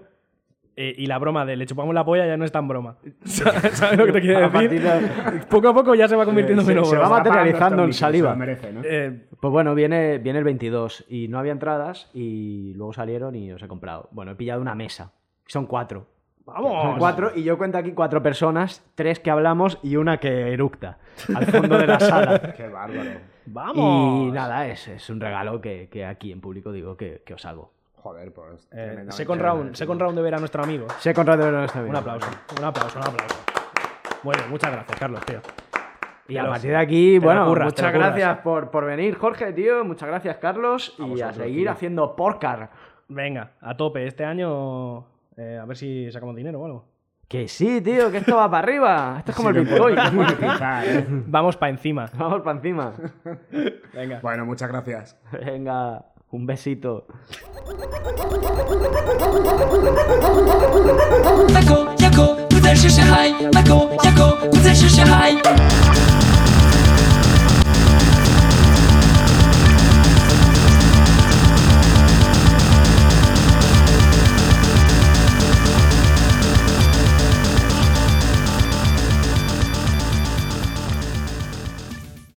eh, y la broma de le chupamos la polla ya no es tan broma. ¿Sabes sabes lo que te quiero
A partir
decir?
de-
Poco a poco ya se va convirtiendo en
se-
menos
se va
broma.
a materializando en
Está pagando
saliva.
este bicho, se lo merece, ¿no?
Eh,
Pues bueno, viene, viene el 22 y no había entradas y luego salieron y os he comprado. Bueno, he pillado una mesa. Son cuatro. Son
¡Vamos!
cuatro y yo cuento aquí cuatro personas, tres que hablamos y una que eructa al fondo de la
Eh,
sala.
Qué bárbaro.
¡Vamos!
Y nada, es, es un regalo que, que aquí en público digo que, que os hago.
Joder, pues.
Eh,
tremendamente
second, round, second round de ver a nuestro amigo.
Sé Conrado de nuestra
Un aplauso, un aplauso, un aplauso. Muy bien, muchas gracias, Carlos, tío.
Y a
Carlos,
partir de aquí,
la
bueno,
curras, te la
muchas
curras.
gracias por, por venir, Jorge, tío. Muchas gracias, Carlos. y a
vosotros,
seguir
tío.
haciendo porcar.
Venga, a tope. Este año eh, a ver si sacamos dinero o algo.
Que sí, tío, que esto va para arriba. Esto es como el Bitcoin.
monetizar, ¿eh?
Vamos para encima.
Vamos para encima.
Venga.
Bueno, muchas gracias.
Venga, un besito.
Michael, Jaco，不再是小孩。Michael，Jaco，不再是小孩。